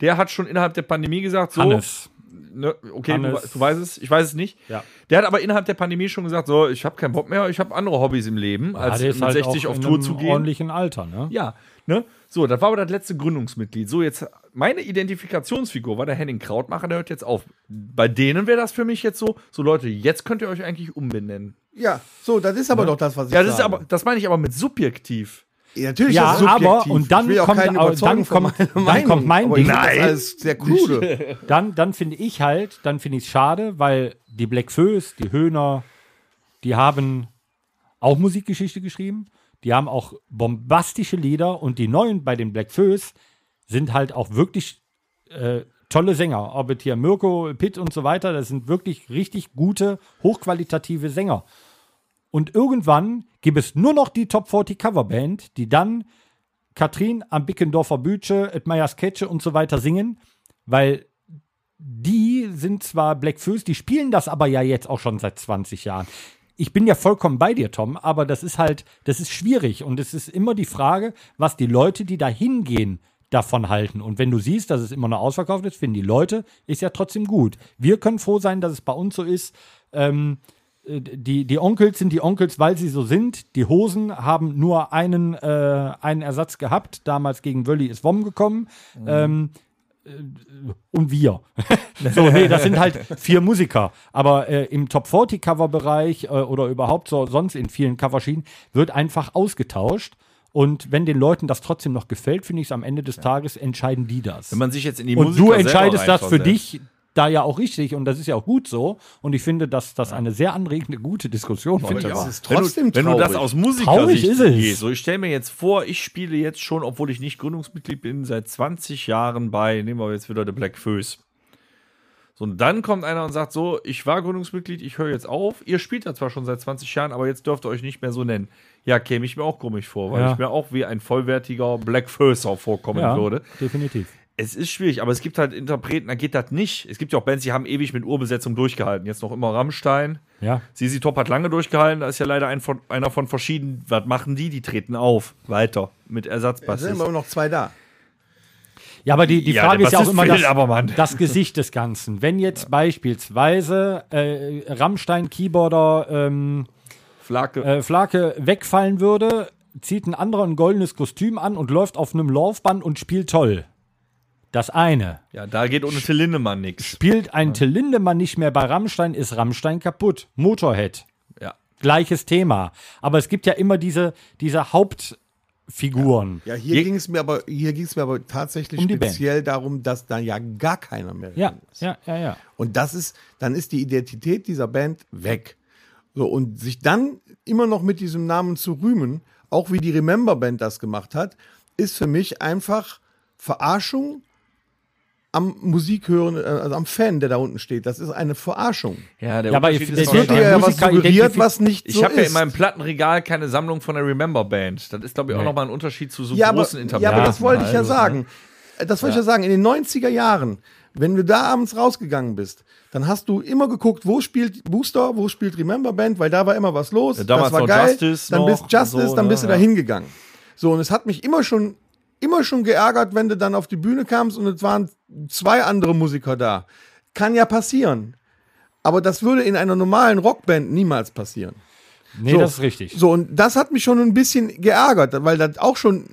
der hat schon innerhalb der Pandemie gesagt, so, Hannes. Ne, okay, du, Hannes. du weißt es, ich weiß es nicht. Ja. Der hat aber innerhalb der Pandemie schon gesagt, so, ich habe keinen Bock mehr, ich habe andere Hobbys im Leben, Ja, als der ist mit halt 60 auch auf in Tour einem zu gehen. ordentlichen Alter, ne? Ja, ne? So, das war aber das letzte Gründungsmitglied. So, jetzt meine Identifikationsfigur war der Henning Krautmacher, der hört jetzt auf. Bei denen wäre das für mich jetzt so, so Leute, jetzt könnt ihr euch eigentlich umbenennen. Ja, so, das ist aber doch das, was ich Ja, das ist sage. aber, das meine ich aber mit subjektiv. Ja, natürlich Ja, ist das subjektiv. aber- und dann ich will auch kommt- keinen aber überzeugen dann von kommt- meiner dann Meinung, kommt mein aber Ding. Ich finde Nein. Das alles (laughs) sehr krude. dann, dann finde ich halt, dann finde ich es schade, weil die Black Föß, die Höhner, die haben auch Musikgeschichte geschrieben. Die haben auch bombastische Lieder und die neuen bei den Black Föß sind halt auch wirklich äh, tolle Sänger. Ob es hier Mirko, Pitt und so weiter, das sind wirklich richtig gute, hochqualitative Sänger. Und irgendwann gibt es nur noch die Top 40 Coverband, die dann Katrin am Bickendorfer Bütsche, Edmeyers Ketsche und so weiter singen, weil die sind zwar Black Fues, die spielen das aber ja jetzt auch schon seit 20 Jahren. ich bin ja vollkommen bei dir, Tom, aber das ist halt, das ist schwierig und es ist immer die Frage, was die Leute, die da hingehen, davon halten. Und wenn du siehst, dass es immer noch ausverkauft ist, finden die Leute, ist ja trotzdem gut. Wir können froh sein, dass es bei uns so ist. Ähm, äh, die, die Onkels sind die Onkels, weil sie so sind. Die Hosen haben nur einen, äh, einen Ersatz gehabt. Damals gegen Wölli ist Wom gekommen. Ähm, äh, und wir. (laughs) so, nee, das sind halt vier Musiker. Aber äh, im Top 40 Cover-Bereich äh, oder überhaupt so, sonst in vielen Coverschienen wird einfach ausgetauscht. Und wenn den Leuten das trotzdem noch gefällt, finde ich es am Ende des Tages, entscheiden die das. Wenn man sich jetzt in die Und Musiker du selber entscheidest das für reinversetzt. dich da ja auch richtig und das ist ja auch gut so. Und ich finde, dass das eine sehr anregende, gute Diskussion heute war. ist wenn du, wenn du das aus Traurig Musikersicht ist es. gehst, so ich stelle mir jetzt vor, ich spiele jetzt schon, obwohl ich nicht Gründungsmitglied bin, seit 20 Jahren bei, nehmen wir jetzt wieder The Black Föß. So, und dann kommt einer und sagt so, ich war Gründungsmitglied, ich höre jetzt auf. Ihr spielt da zwar schon seit 20 Jahren, aber jetzt dürft ihr euch nicht mehr so nennen. Ja, käme ich mir auch komisch vor, weil Ja. ich mir auch wie ein vollwertiger Black Fößer vorkommen ja, würde. definitiv. Es ist schwierig, aber es gibt halt Interpreten, da geht das nicht. Es gibt ja auch Bands, die haben ewig mit Urbesetzung durchgehalten. Jetzt noch immer Rammstein. Ja. Sisi Top hat lange durchgehalten, da ist ja leider ein von, einer von verschiedenen. Was machen die? Die treten auf. Weiter. Mit Es sind Ersatzbassist. aber noch zwei da. Ja, aber die, die Ja, Frage der ist ja auch Bassist immer fehlt das, aber, Mann. das Gesicht des Ganzen. Wenn jetzt beispielsweise äh, Rammstein-Keyboarder ähm, Flake. äh, Flake wegfallen würde, zieht ein anderer ein goldenes Kostüm an und läuft auf einem Laufband und spielt toll. Das eine. ja, da geht ohne Till Lindemann nichts. Spielt ein Till Lindemann nicht mehr bei Rammstein, ist Rammstein kaputt. Motorhead. Ja. Gleiches Thema. Aber es gibt ja immer diese, diese Hauptfiguren. Ja, hier ging es mir aber, hier ging es mir aber tatsächlich Um die Band. speziell darum, dass da ja gar keiner mehr Ja, drin ist. ja, ja, ja. Und das ist, dann ist die Identität dieser Band weg. So, und sich dann immer noch mit diesem Namen zu rühmen, auch wie die Remember Band das gemacht hat, ist für mich einfach Verarschung am Musikhören, äh, also am Fan, der da unten steht. Das ist eine Verarschung. Ja, der Ja, aber ich- der- ist Es wahrscheinlich- wird dir ja was Musiker suggeriert, identifi- was nicht Ich so habe ja in ist. meinem Plattenregal keine Sammlung von der Remember Band. Das ist, glaube ich, auch Nee. nochmal ein Unterschied zu so ja, aber, großen Interpreten. ja, aber das wollte ich ja Also, sagen. Das wollte ich ja sagen. In den 90er Jahren, wenn du da abends rausgegangen bist, dann hast du immer geguckt, wo spielt Booster, wo spielt Remember Band, weil da war immer was los. Ja, damals das war noch geil. Justice dann noch bist Justice, und so, dann ne? bist du Ja. da hingegangen. So, und es hat mich immer schon, immer schon geärgert, wenn du dann auf die Bühne kamst und es waren zwei andere Musiker da. Kann ja passieren. Aber das würde in einer normalen Rockband niemals passieren. Nee, So. das ist richtig. So, und das hat mich schon ein bisschen geärgert, weil das auch schon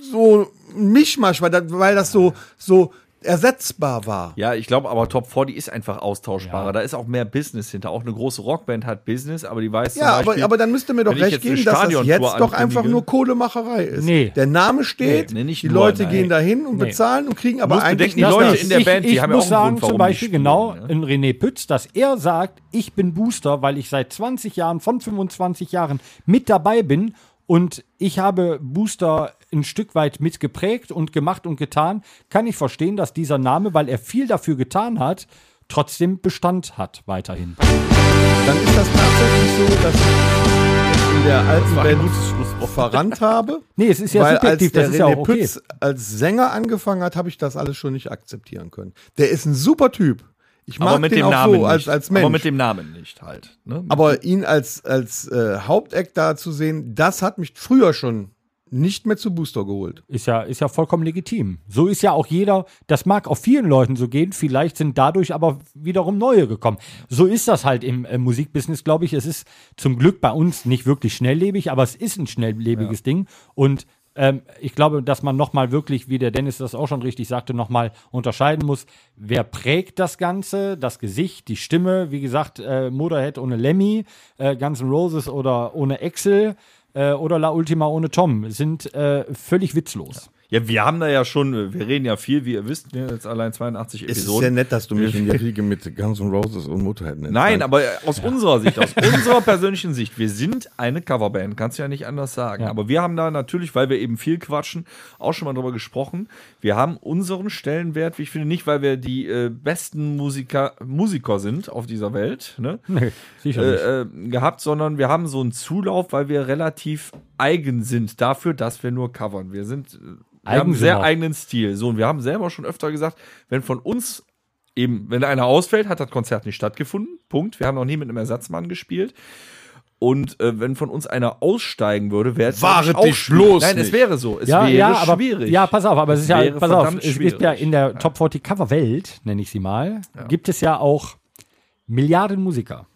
so ein Mischmasch war, da- weil das so, so ersetzbar war. Ja, ich glaube aber Top 40 ist einfach austauschbarer. Da ist auch mehr Business hinter. Auch eine große Rockband hat Business, aber die weiß Ja, zum aber, Beispiel, aber dann müsste mir doch wenn ich recht jetzt eine geben, dass das Stadiontour jetzt doch einfach ankündige- nur Kohlemacherei ist. Nee. Der Name steht, Nee, nee, nicht die nur, Leute nein. gehen dahin und Nee. bezahlen und kriegen aber Musst eigentlich bedenken, die nichts. Leute Das- in der Band, die ich haben ja muss auch einen sagen, Grund, warum zum die Beispiel spielen, genau ne? in René Pütz, dass er sagt, ich bin Booster, weil ich seit 20 Jahren, von 25 Jahren mit dabei bin und ich habe Booster ein Stück weit mitgeprägt und gemacht und getan, kann ich verstehen, dass dieser Name, weil er viel dafür getan hat, trotzdem Bestand hat weiterhin. Dann ist das tatsächlich so, dass ich in der alten ein Band verrannt habe. (laughs) Nee, es ist ja weil als subjektiv, der das ist René ja auch okay. Pütz als Sänger angefangen hat, habe ich das alles schon nicht akzeptieren können. Der ist ein super Typ. Ich mag aber mit den dem auch Namen so nicht. als, als Mensch. Aber mit dem Namen nicht halt. Ne? Aber ihn als, als äh, Haupteck da zu sehen, das hat mich früher schon nicht mehr zu Booster geholt. Ist ja, ist ja vollkommen legitim. So ist ja auch jeder, das mag auch vielen Leuten so gehen, vielleicht sind dadurch aber wiederum neue gekommen. So ist das halt im äh, Musikbusiness, glaube ich. Es ist zum Glück bei uns nicht wirklich schnelllebig, aber es ist ein schnelllebiges Ding. Und ähm, ich glaube, dass man nochmal wirklich, wie der Dennis das auch schon richtig sagte, nochmal unterscheiden muss, wer prägt das Ganze, das Gesicht, die Stimme, wie gesagt, äh, Motorhead ohne Lemmy, äh, Guns N' Roses oder ohne Axel äh, oder La Ultima ohne Tom sind äh, völlig witzlos. Ja, wir haben da ja schon, wir reden ja viel, wie ihr wisst, ne, jetzt allein 82 Episoden. Äh, nett, dass du mich in die Riege mit Guns N' Roses und Motorhead nennst. Nein, aber aus unserer Sicht, (laughs) aus unserer persönlichen Sicht, wir sind eine Coverband, kannst du ja nicht anders sagen. Aber wir haben da natürlich, weil wir eben viel quatschen, auch schon mal drüber gesprochen. Wir haben unseren Stellenwert, wie ich finde, nicht, weil wir die äh, besten Musiker, Musiker sind auf dieser Welt, ne? Nee, sicher nicht. äh, äh, gehabt, sondern wir haben so einen Zulauf, weil wir relativ eigen sind dafür, dass wir nur covern. Wir sind, äh, wir Eigen haben einen sind sehr wir. eigenen Stil. So, und wir haben selber schon öfter gesagt, wenn von uns eben, wenn einer ausfällt, hat das Konzert nicht stattgefunden. Punkt. Wir haben noch nie mit einem Ersatzmann gespielt. Und äh, wenn von uns einer aussteigen würde, wäre es Wahret glaub ich, auch dich bloß Nein, es nicht. wäre so. Es ja, wäre ja, aber, schwierig. Ja, pass auf, aber es ist ja, wäre pass auf, verdammt es gibt ja schwierig. in der Top 40 Cover-Welt, nenne ich sie mal, gibt es ja auch Milliarden Musiker.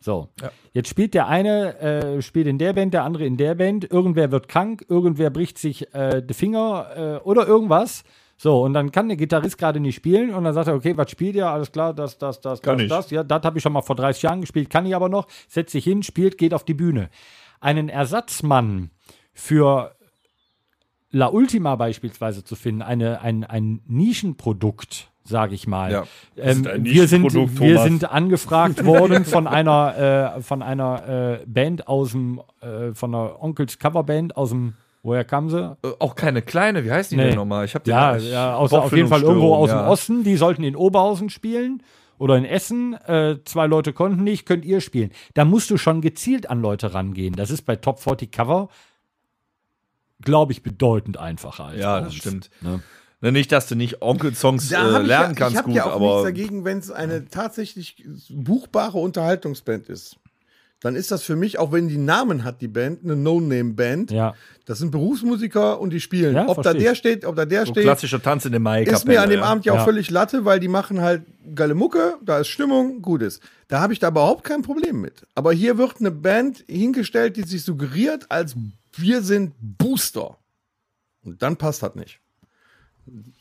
So, jetzt spielt der eine äh, spielt in der Band, der andere in der Band, irgendwer wird krank, irgendwer bricht sich äh, die Finger äh, oder irgendwas. So, und dann kann der Gitarrist gerade nicht spielen und dann sagt er, okay, was spielt ihr? Alles klar, das, das, das, Kann das, ich. das. Ja, das habe ich schon mal vor 30 Jahren gespielt, kann ich aber noch. Setzt sich hin, spielt, geht auf die Bühne. Einen Ersatzmann für La Ultima beispielsweise zu finden, eine, ein, ein Nischenprodukt, sage ich mal. Ja, Ähm, ein wir, sind, Nischenprodukt, wir Thomas. sind (laughs) angefragt worden von einer, äh, von einer äh, Band aus dem, äh, von einer Onkels Coverband aus dem, woher kam sie? Äh, auch keine kleine, wie heißt die Nee. denn nochmal? Ich habe Ja, ja aus, auf jeden Fall irgendwo aus dem Osten. Die sollten in Oberhausen spielen oder in Essen. Äh, zwei Leute konnten nicht, könnt ihr spielen. Da musst du schon gezielt an Leute rangehen. Das ist bei Top 40 Cover, glaube ich, bedeutend einfacher. Als Ja, bei das uns. stimmt. Ne? Ne, nicht, dass du nicht Onkel-Songs Da äh, hab ich lernen ja, kannst, ich habe gut, ja auch nichts aber dagegen, wenn es eine tatsächlich buchbare Unterhaltungsband ist. Dann ist das für mich, auch wenn die Namen hat, die Band, eine No-Name-Band. Ja. Das sind Berufsmusiker und die spielen. Ja, ob da versteh der ich. steht, ob da der so steht, klassischer Tanz in der Mai-Kapelle. ist mir an dem ja. Abend ja auch Ja. völlig Latte, weil die machen halt geile Mucke, da ist Stimmung, gut ist. Da habe ich da überhaupt kein Problem mit. Aber hier wird eine Band hingestellt, die sich suggeriert als wir sind Booster. Und dann passt das nicht.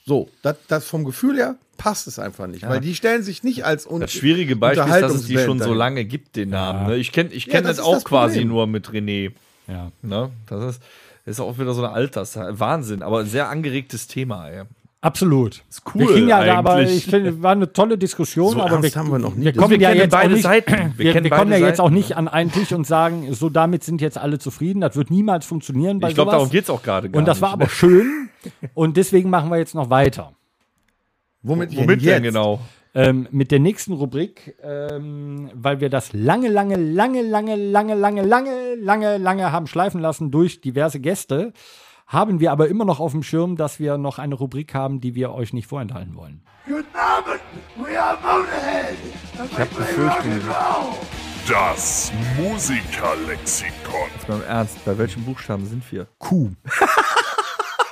So, das, das vom Gefühl her passt es einfach nicht, weil die stellen sich nicht als un Das schwierige Beispiel ist, dass es die Unterhaltungsband schon so dahin. lange gibt, den Namen. Ne? Ich kenne ich Ja, kenn das das, ist auch das quasi Problem. nur mit René. Ja. Ne? Das ist, das ist auch wieder so eine Alters Wahnsinn, aber ein sehr angeregtes Thema. Ey. Absolut. Ist cool Wir gingen ja da, aber ich eigentlich. finde, war eine tolle Diskussion, So aber ernst wir, haben wir noch nie wir kommen ja kennen jetzt auch beide nicht, (clears throat) Seiten. Wir Wir, wir, kennen kommen ja beide jetzt auch Seiten, nicht an einen Tisch und sagen, so damit sind jetzt alle zufrieden. Das wird niemals funktionieren bei Ich glaube, sowas. darum geht es auch gerade. gar Und das war nicht. ne? aber schön. Und deswegen machen wir jetzt noch weiter. Womit, Womit jetzt? denn genau? Ähm, mit der nächsten Rubrik, ähm, weil wir das lange, lange, lange, lange, lange, lange, lange, lange, lange haben schleifen lassen durch diverse Gäste, haben wir aber immer noch auf dem Schirm, dass wir noch eine Rubrik haben, die wir euch nicht vorenthalten wollen. Guten Abend, we are Motorhead. Ich hab Das Musikerlexikon. Mal im Ernst, bei welchem Buchstaben sind wir? Q.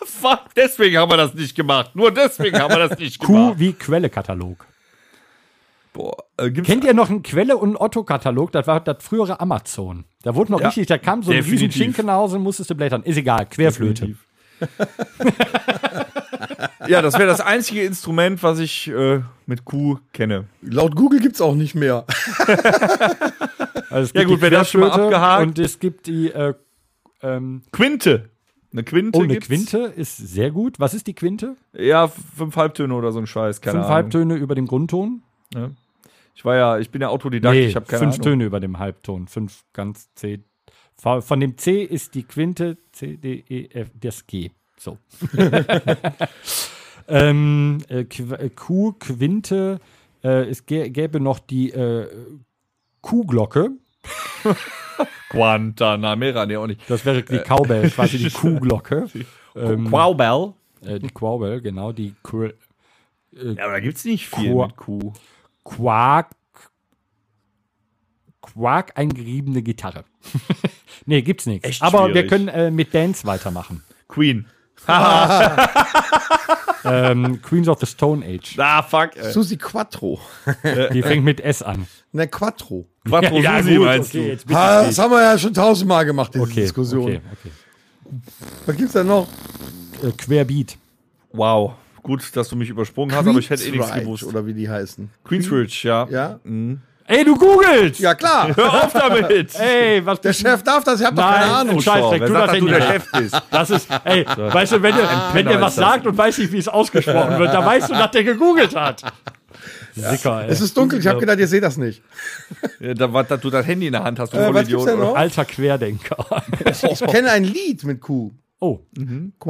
Fuck, deswegen haben wir das nicht gemacht. Nur deswegen haben wir das nicht Q gemacht. wie Quelle-Katalog. Boah, äh, gibt's Kennt ihr noch einen Quelle- und Otto-Katalog? Das war das frühere Amazon. Da wurde noch Ja, richtig, da kam so ein riesen definitiv. Schinken nach Hause, musstest du blättern. Ist egal, Querflöte. ja, das wäre das einzige Instrument, was ich äh, mit Q kenne. Laut Google gibt's auch nicht mehr. (laughs) Also es Ja gibt gut, die wenn das schon mal Querflöte abgehakt. Und es gibt die äh, ähm, Quinte. Eine Quinte Oh, eine gibt's? Quinte ist sehr gut. Was ist die Quinte? Ja, fünf Halbtöne oder so ein Scheiß, keine fünf Ahnung. Halbtöne über dem Grundton? Ich war ja, ich bin ja Autodidakt, ich habe keine fünf Ahnung. Töne über dem Halbton. Fünf ganz C. V- Von dem C ist die Quinte C, D, E, F, das G. (laughs) So. ähm, äh, Qu- äh, Q, Quinte. Äh, es gä- gäbe noch die äh, Kuhglocke. Guantanamera, nee, auch nicht. Das wäre die Cowbell, quasi (laughs) die Kuhglocke. Ähm, Quaubell? äh, die Quowbell, genau. Die Qu Ja, aber da gibt's nicht viel Qua- mit Q. Quark. Quark eingeriebene Gitarre. (laughs) nee, gibt's nichts. Echt Aber wir schwierig. können äh, mit Bands weitermachen. Queen. ähm, Queens of the Stone Age. Ah, (laughs) fuck. Äh, Susi Quattro. Die fängt mit S an. Ne, Quattro. Quattro Ja, Susi gut, meinst okay, du? jetzt bitte Ah, nicht. das haben wir ja schon tausendmal gemacht, diese Okay, Diskussion. okay, okay. Was gibt's da noch? Äh, Querbeat. Wow. Gut, dass du mich übersprungen hast, aber ich hätte eh nichts Queensrÿche, gewusst. Mhm. Oder wie die heißen. Queensbridge, ja. Ja? Ey, du googelst! (laughs) Ja, klar. Hör auf (laughs) damit! Ey, was Der Chef darf das, ich hab doch Nein, keine Ahnung. Scheiß Schau, weg, wer tu sagt, das dass Handy du der weg. Chef bist. Das ist, (laughs) ey, weißt du, wenn ihr, wenn ihr Penner was ist das. sagt und weiß nicht, wie es ausgesprochen wird, dann weißt du, dass der gegoogelt hat. Sicker, ey. Es ist dunkel, ich habe gedacht, ihr seht das nicht. Ja, Äh, da, was, dass du das Handy in der Hand hast, du Äh, was gibt's Vollidiot. denn noch? Alter Querdenker. (laughs) Ich kenne ein Lied mit Q. Oh,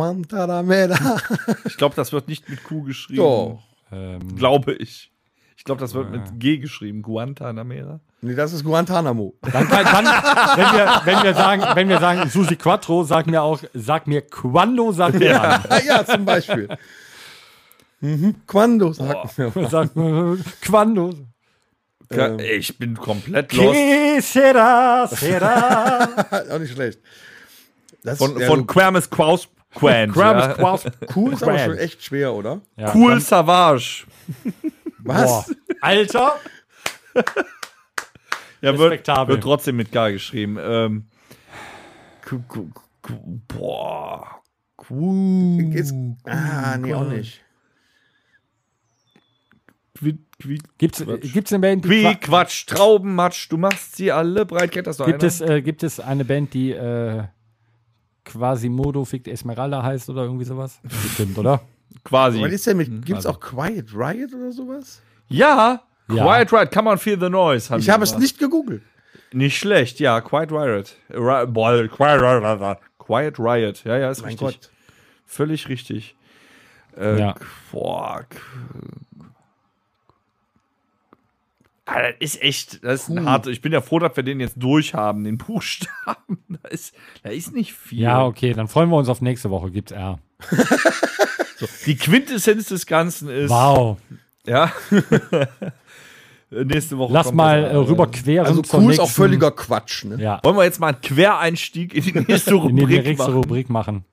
Quantaramera. Ich glaube, das wird nicht mit Q geschrieben. Doch. ähm, Äh. Glaube ich. Ich glaube, das wird mit G geschrieben. Guantanamera. Nee, das (laughs) ist Guantanamo. dann, kann, dann wenn, wir, wenn wir sagen, wenn wir sagen, Susi Quattro, sag mir auch, sag mir Quando, sag mir Ah, ja, zum Beispiel. Mhm. Quando sagt mir. an. Sag mir Quando. Ähm. Ka- Ey, Äh, ich bin komplett lost. Que sera, sera. Halt, Auch nicht schlecht. Das Von, ja, von Quermes Quaus Quan. Krabbes, ja. quaff, cool ist aber schon Grand. echt schwer, oder? Ja, Cool Savage. Was? Boah. Alter, Ja, wird, Respektabel. wird trotzdem mit K geschrieben. Ähm, Ku- Ku- Ku- boah. Cool. Geht's- ah, nee, auch nicht. Qui, qui, gibt's, gibt's eine Band, die Wie Quatsch, Traubenmatsch, du machst sie alle breit. Kennt das doch Gibt einer? es, äh, gibt es eine Band, die äh, Quasimodo fickt Esmeralda heißt oder irgendwie sowas? Bestimmt, oder? Quasi. Was ist denn Mhm, mit, gibt's auch Quiet Riot oder sowas? Ja, Ja. Quiet Riot, come on, feel the noise. haben Ich die habe es gemacht. nicht gegoogelt. Nicht schlecht, ja, Quiet Riot. Ri boah, Quiet Riot. Quiet Riot, ja, ja, ist Mein richtig. Gott. Völlig richtig. Äh, Ja. Boah. k- Ah, das ist echt, das ist ein harter. Ich bin ja froh, dass wir den jetzt durchhaben, den Buchstaben. (laughs) Da ist, da ist nicht viel. Ja, okay, dann freuen wir uns auf nächste Woche. Gibt's R. Die Quintessenz des Ganzen ist. Wow. Ja. (laughs) Nächste Woche. Lass kommt mal das äh, an. rüberqueren. Also zur cool ist auch nächsten- völliger Quatsch, ne? Ja, Wollen wir jetzt mal einen (laughs) Quereinstieg in die nächste in die Rubrik nächste machen? Rubrik machen.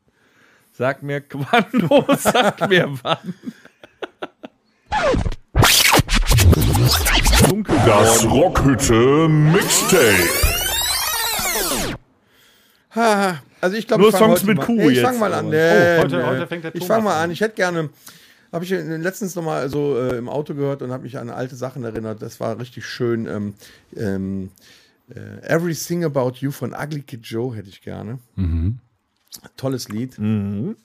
Sag mir (laughs) Quando, sag mir wann. Das Rockhütte Mixtape. Haha. Also ich glaube, Nur ich fang Songs heute mit mal, Kuh Nee, Ich jetzt, fange mal an. aber- Nee, Oh, heute- nee. heute fängt der ich Thomas fange mal an. an. Ich hätte gerne, habe ich letztens noch mal so äh, im Auto gehört und habe mich an alte Sachen erinnert. Das war richtig schön. Ähm, ähm, äh, Everything About You von Ugly Kid Joe hätte ich gerne. Mhm. Tolles Lied,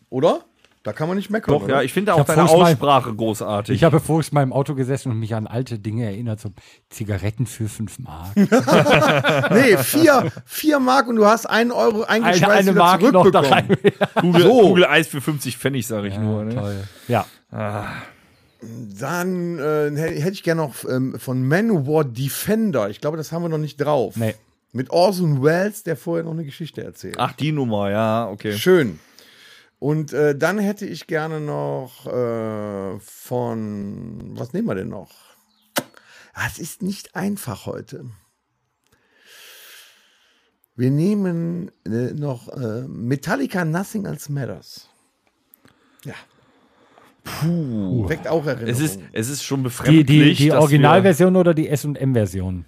oder? Da kann man nicht meckern. Doch, oder? ja, ich Mhm. finde Ich auch hab deine vorhin mal- Aussprache großartig. Ich habe vorhin in meinem Auto gesessen und mich an alte Dinge erinnert, so Zigaretten für 5 Mark. Nee, vier, vier Mark und du hast einen Euro eingeschweißt Eine, eine wieder Mark noch da zurückbekommen. rein. Kugel, Kugel Eis für 50 Pfennig, sage ich nur. Ne? Ja, Dann äh, hä- hätte ich gerne noch ähm, von Manowar Defender. Ich glaube, das haben wir noch nicht drauf. Nee. Mit Orson Welles, der vorher noch eine Geschichte erzählt. Ach, die Nummer, ja, Ah, okay. Schön. Und äh, dann hätte ich gerne noch äh, von. Was nehmen wir denn noch? Ah, Es ist nicht einfach heute. Wir nehmen äh, noch äh, Metallica Nothing Else Matters. Ja. Puh. Weckt auch Erinnerungen. Es ist, es ist schon die, befremdlich. die, die dass wir- Originalversion oder die SM-Version?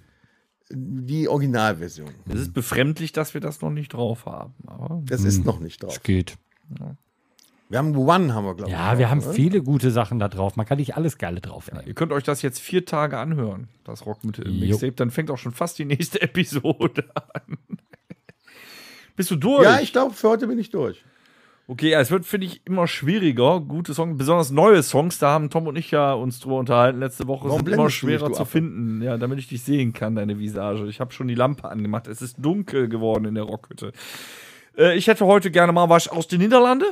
die Originalversion. Es ist befremdlich, dass wir das noch nicht drauf haben. Aber Das ist noch nicht drauf. Geht. Wir haben One, haben wir, glaube ich. Ja, wir haben viele gute Sachen da drauf. Man kann nicht alles Geile draufnehmen. ihr könnt euch das jetzt vier Tage anhören, das Rockmittel im Jo. Mixtape. Dann fängt auch schon fast die nächste (laughs) Episode an. Bist du durch? Ja, ich glaube, für heute bin ich durch. Okay, ja, es wird, finde ich, immer schwieriger, gute Songs, besonders neue Songs, da haben Tom und ich ja uns drüber unterhalten letzte Woche, Warum sind immer blendest du mich, schwerer du zu Affe? finden, ja, damit ich dich sehen kann, deine Visage. Ich habe schon die Lampe angemacht, es ist dunkel geworden in der Rockhütte. Äh, ich hätte heute gerne mal was aus den Niederlanden.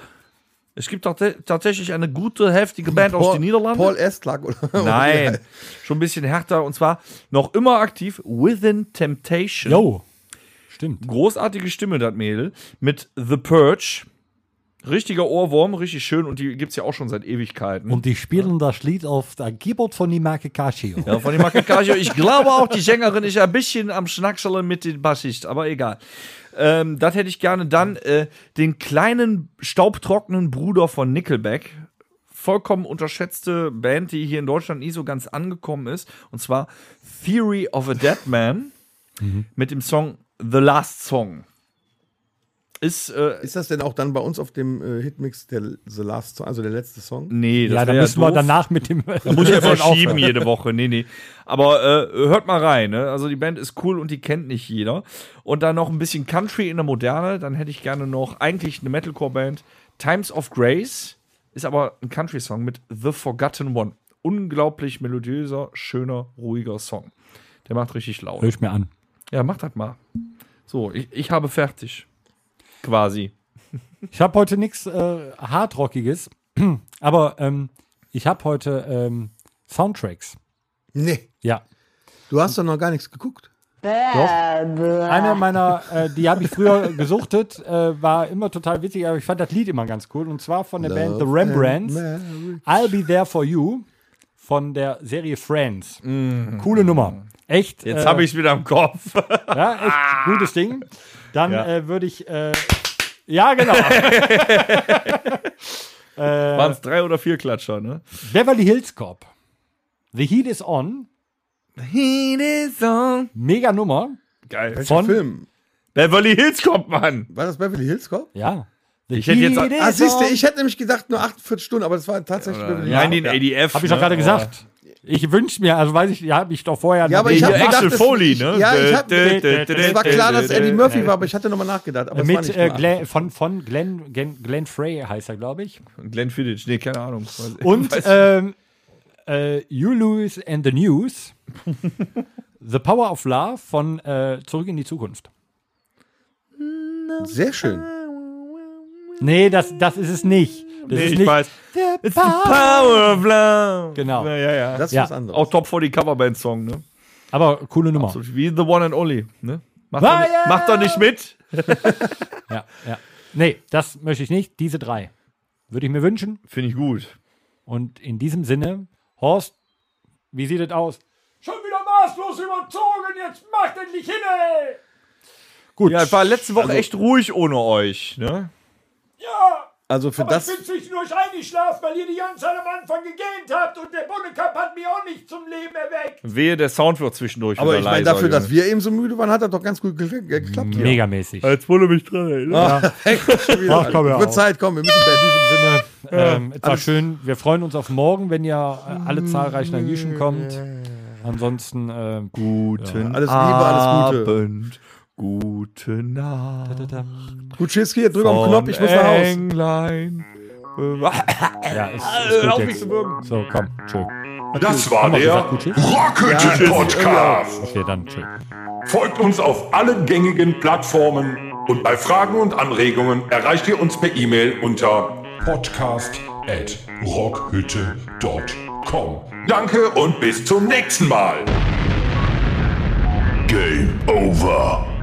Es gibt tate- tatsächlich eine gute, heftige Band aus den Niederlanden. Paul Estlak (laughs) oder? Nein, schon ein bisschen härter und zwar noch immer aktiv, Within Temptation. Jo. Stimmt. Großartige Stimme, das Mädel. Mit The Purge. Richtiger Ohrwurm, richtig schön. Und die gibt's ja auch schon seit Ewigkeiten. Und die spielen das Lied auf der Keyboard von die Marke Casio. ja, von dem Makakajo. Ich glaube auch, die Sängerin ist ein bisschen am Schnackschellen mit dem Bassist, aber egal. Ähm, das hätte ich gerne dann äh, den kleinen staubtrockenen Bruder von Nickelback. Vollkommen unterschätzte Band, die hier in Deutschland nie so ganz angekommen ist. Und zwar Theory of a Dead Man mit dem Song The Last Song. Ist äh, (laughs) Ist das denn auch dann bei uns auf dem äh, Hitmix der The Last Song, also der letzte Song? Nee, das Ja, da wär müssen wir doof. danach mit dem. (laughs) Da (laughs) Muss ich ja verschieben jede Woche. Nee, nee. Aber äh, hört mal rein. Ne? Also die Band ist cool und die kennt nicht jeder. Und dann noch ein bisschen Country in der Moderne. Dann hätte ich gerne noch eigentlich eine Metalcore-Band. Times of Grace ist aber ein Country-Song mit The Forgotten One. Unglaublich melodiöser, schöner, ruhiger Song. Der macht richtig Hör laut. ich mir an. Ja, macht das mal. So, ich, ich habe fertig. Quasi. Ich habe heute nichts äh, Hardrockiges, (clears throat) aber ähm, ich habe heute ähm, Soundtracks. Nee. Ja. Du hast doch noch gar nichts geguckt. Eine meiner, äh, die habe ich (laughs) früher gesuchtet, äh, war immer total witzig, aber ich fand das Lied immer ganz cool. Und zwar von der Band The Rembrandts. I'll Be There For You von der Serie Friends. Coole Nummer. Echt. Mhm. äh, Jetzt habe ich Ah! es wieder im Kopf. Ja, echt gutes Ding. Dann äh, würde ich. Äh, ja, (laughs) genau. Waren es drei oder vier Klatscher, ne? Beverly Hills Cop. The Heat is On. Mega Nummer. Geil. Von, Film. Beverly Hills kommt, Mann. War das Beverly Hills Cop? Ja. The Ich hätte jetzt- is Ah, siehste, on. ich hätte nämlich gedacht nur 48 Stunden, aber das war tatsächlich Beverly Hills. 1980F. Habe ich doch gerade gesagt. Ich wünsche mir, also weiß ich, ja, habe ich doch vorher. Ja, aber ich Hier, hab Mit, gedacht, Oh. Axel das- Foley, ich- ne? ja, ich hab- Es Es war klar, dass Eddie Murphy war, aber ich hatte nochmal nachgedacht. Aber es war mit nicht äh, nur Glenn, von, von Glenn, Glenn, Glenn Frey heißt er, glaube (laughs) ich. Glenn Fiddich, nee, keine Ahnung. Weiß- Und weiß- ähm, äh, You Lewis and the (laughs) News. the Power of Love von äh, Zurück in die Zukunft. Sehr schön. Nee, das, das ist es nicht. Das nee, ist ich nicht. weiß. The Power of Love. Genau. Ja, ja, ja. Das ist Ja. was anderes. Auch Top 40 Coverband-Song, ne? Aber coole Nummer. So wie The One and Only, ne? Macht, doch, War nicht- ja- macht doch nicht mit. Ja, ja. Nee, das möchte ich nicht. Diese drei würde ich mir wünschen. Finde ich gut. Und in diesem Sinne, Horst, wie sieht es aus? Schon wieder maßlos überzogen, jetzt macht endlich hin, ey! Gut. Ja, ich war letzte Also- Woche echt ruhig ohne euch, ne? Ja! Also für Aber das. ich bin zwischendurch eingeschlafen, weil ihr die ganze Zeit am Anfang gegähnt habt und der Bonnekamp hat mir auch nicht zum Leben erweckt. Wehe, der Sound wird zwischendurch Aber wieder ich meine, leiser, dafür, dass Junge. wir eben so müde waren, hat das doch ganz gut gekla- geklappt. hier. (laughs) Megamäßig. Jetzt wurde mich drei. Ne? Schon wieder. Ach, komm, hör Wird auf. Zeit, komm, wir müssen Bett. Sinne, ähm, es war schön. Wir freuen uns auf morgen, wenn ihr äh, alle zahlreich nach Jüschen kommt. Ansonsten, äh, Guten Alles Liebe, alles Gute. Abend, gute Nacht. Ah, Gut, Schiss, hier, drück auf den Knopf, ich muss nach Hause. (laughs) Englein. ja, ist, ist Äh, auf gut mich jetzt. zu wirken. So, komm, tschö. Das war Haben wir der gesagt, gut, tschüss? Rockhütte-Podcast. Okay, dann tschö. Folgt uns auf alle gängigen Plattformen und bei Fragen und Anregungen erreicht ihr uns per E-Mail unter podcast.rockhütte.com. Danke und bis zum nächsten Mal. Game over.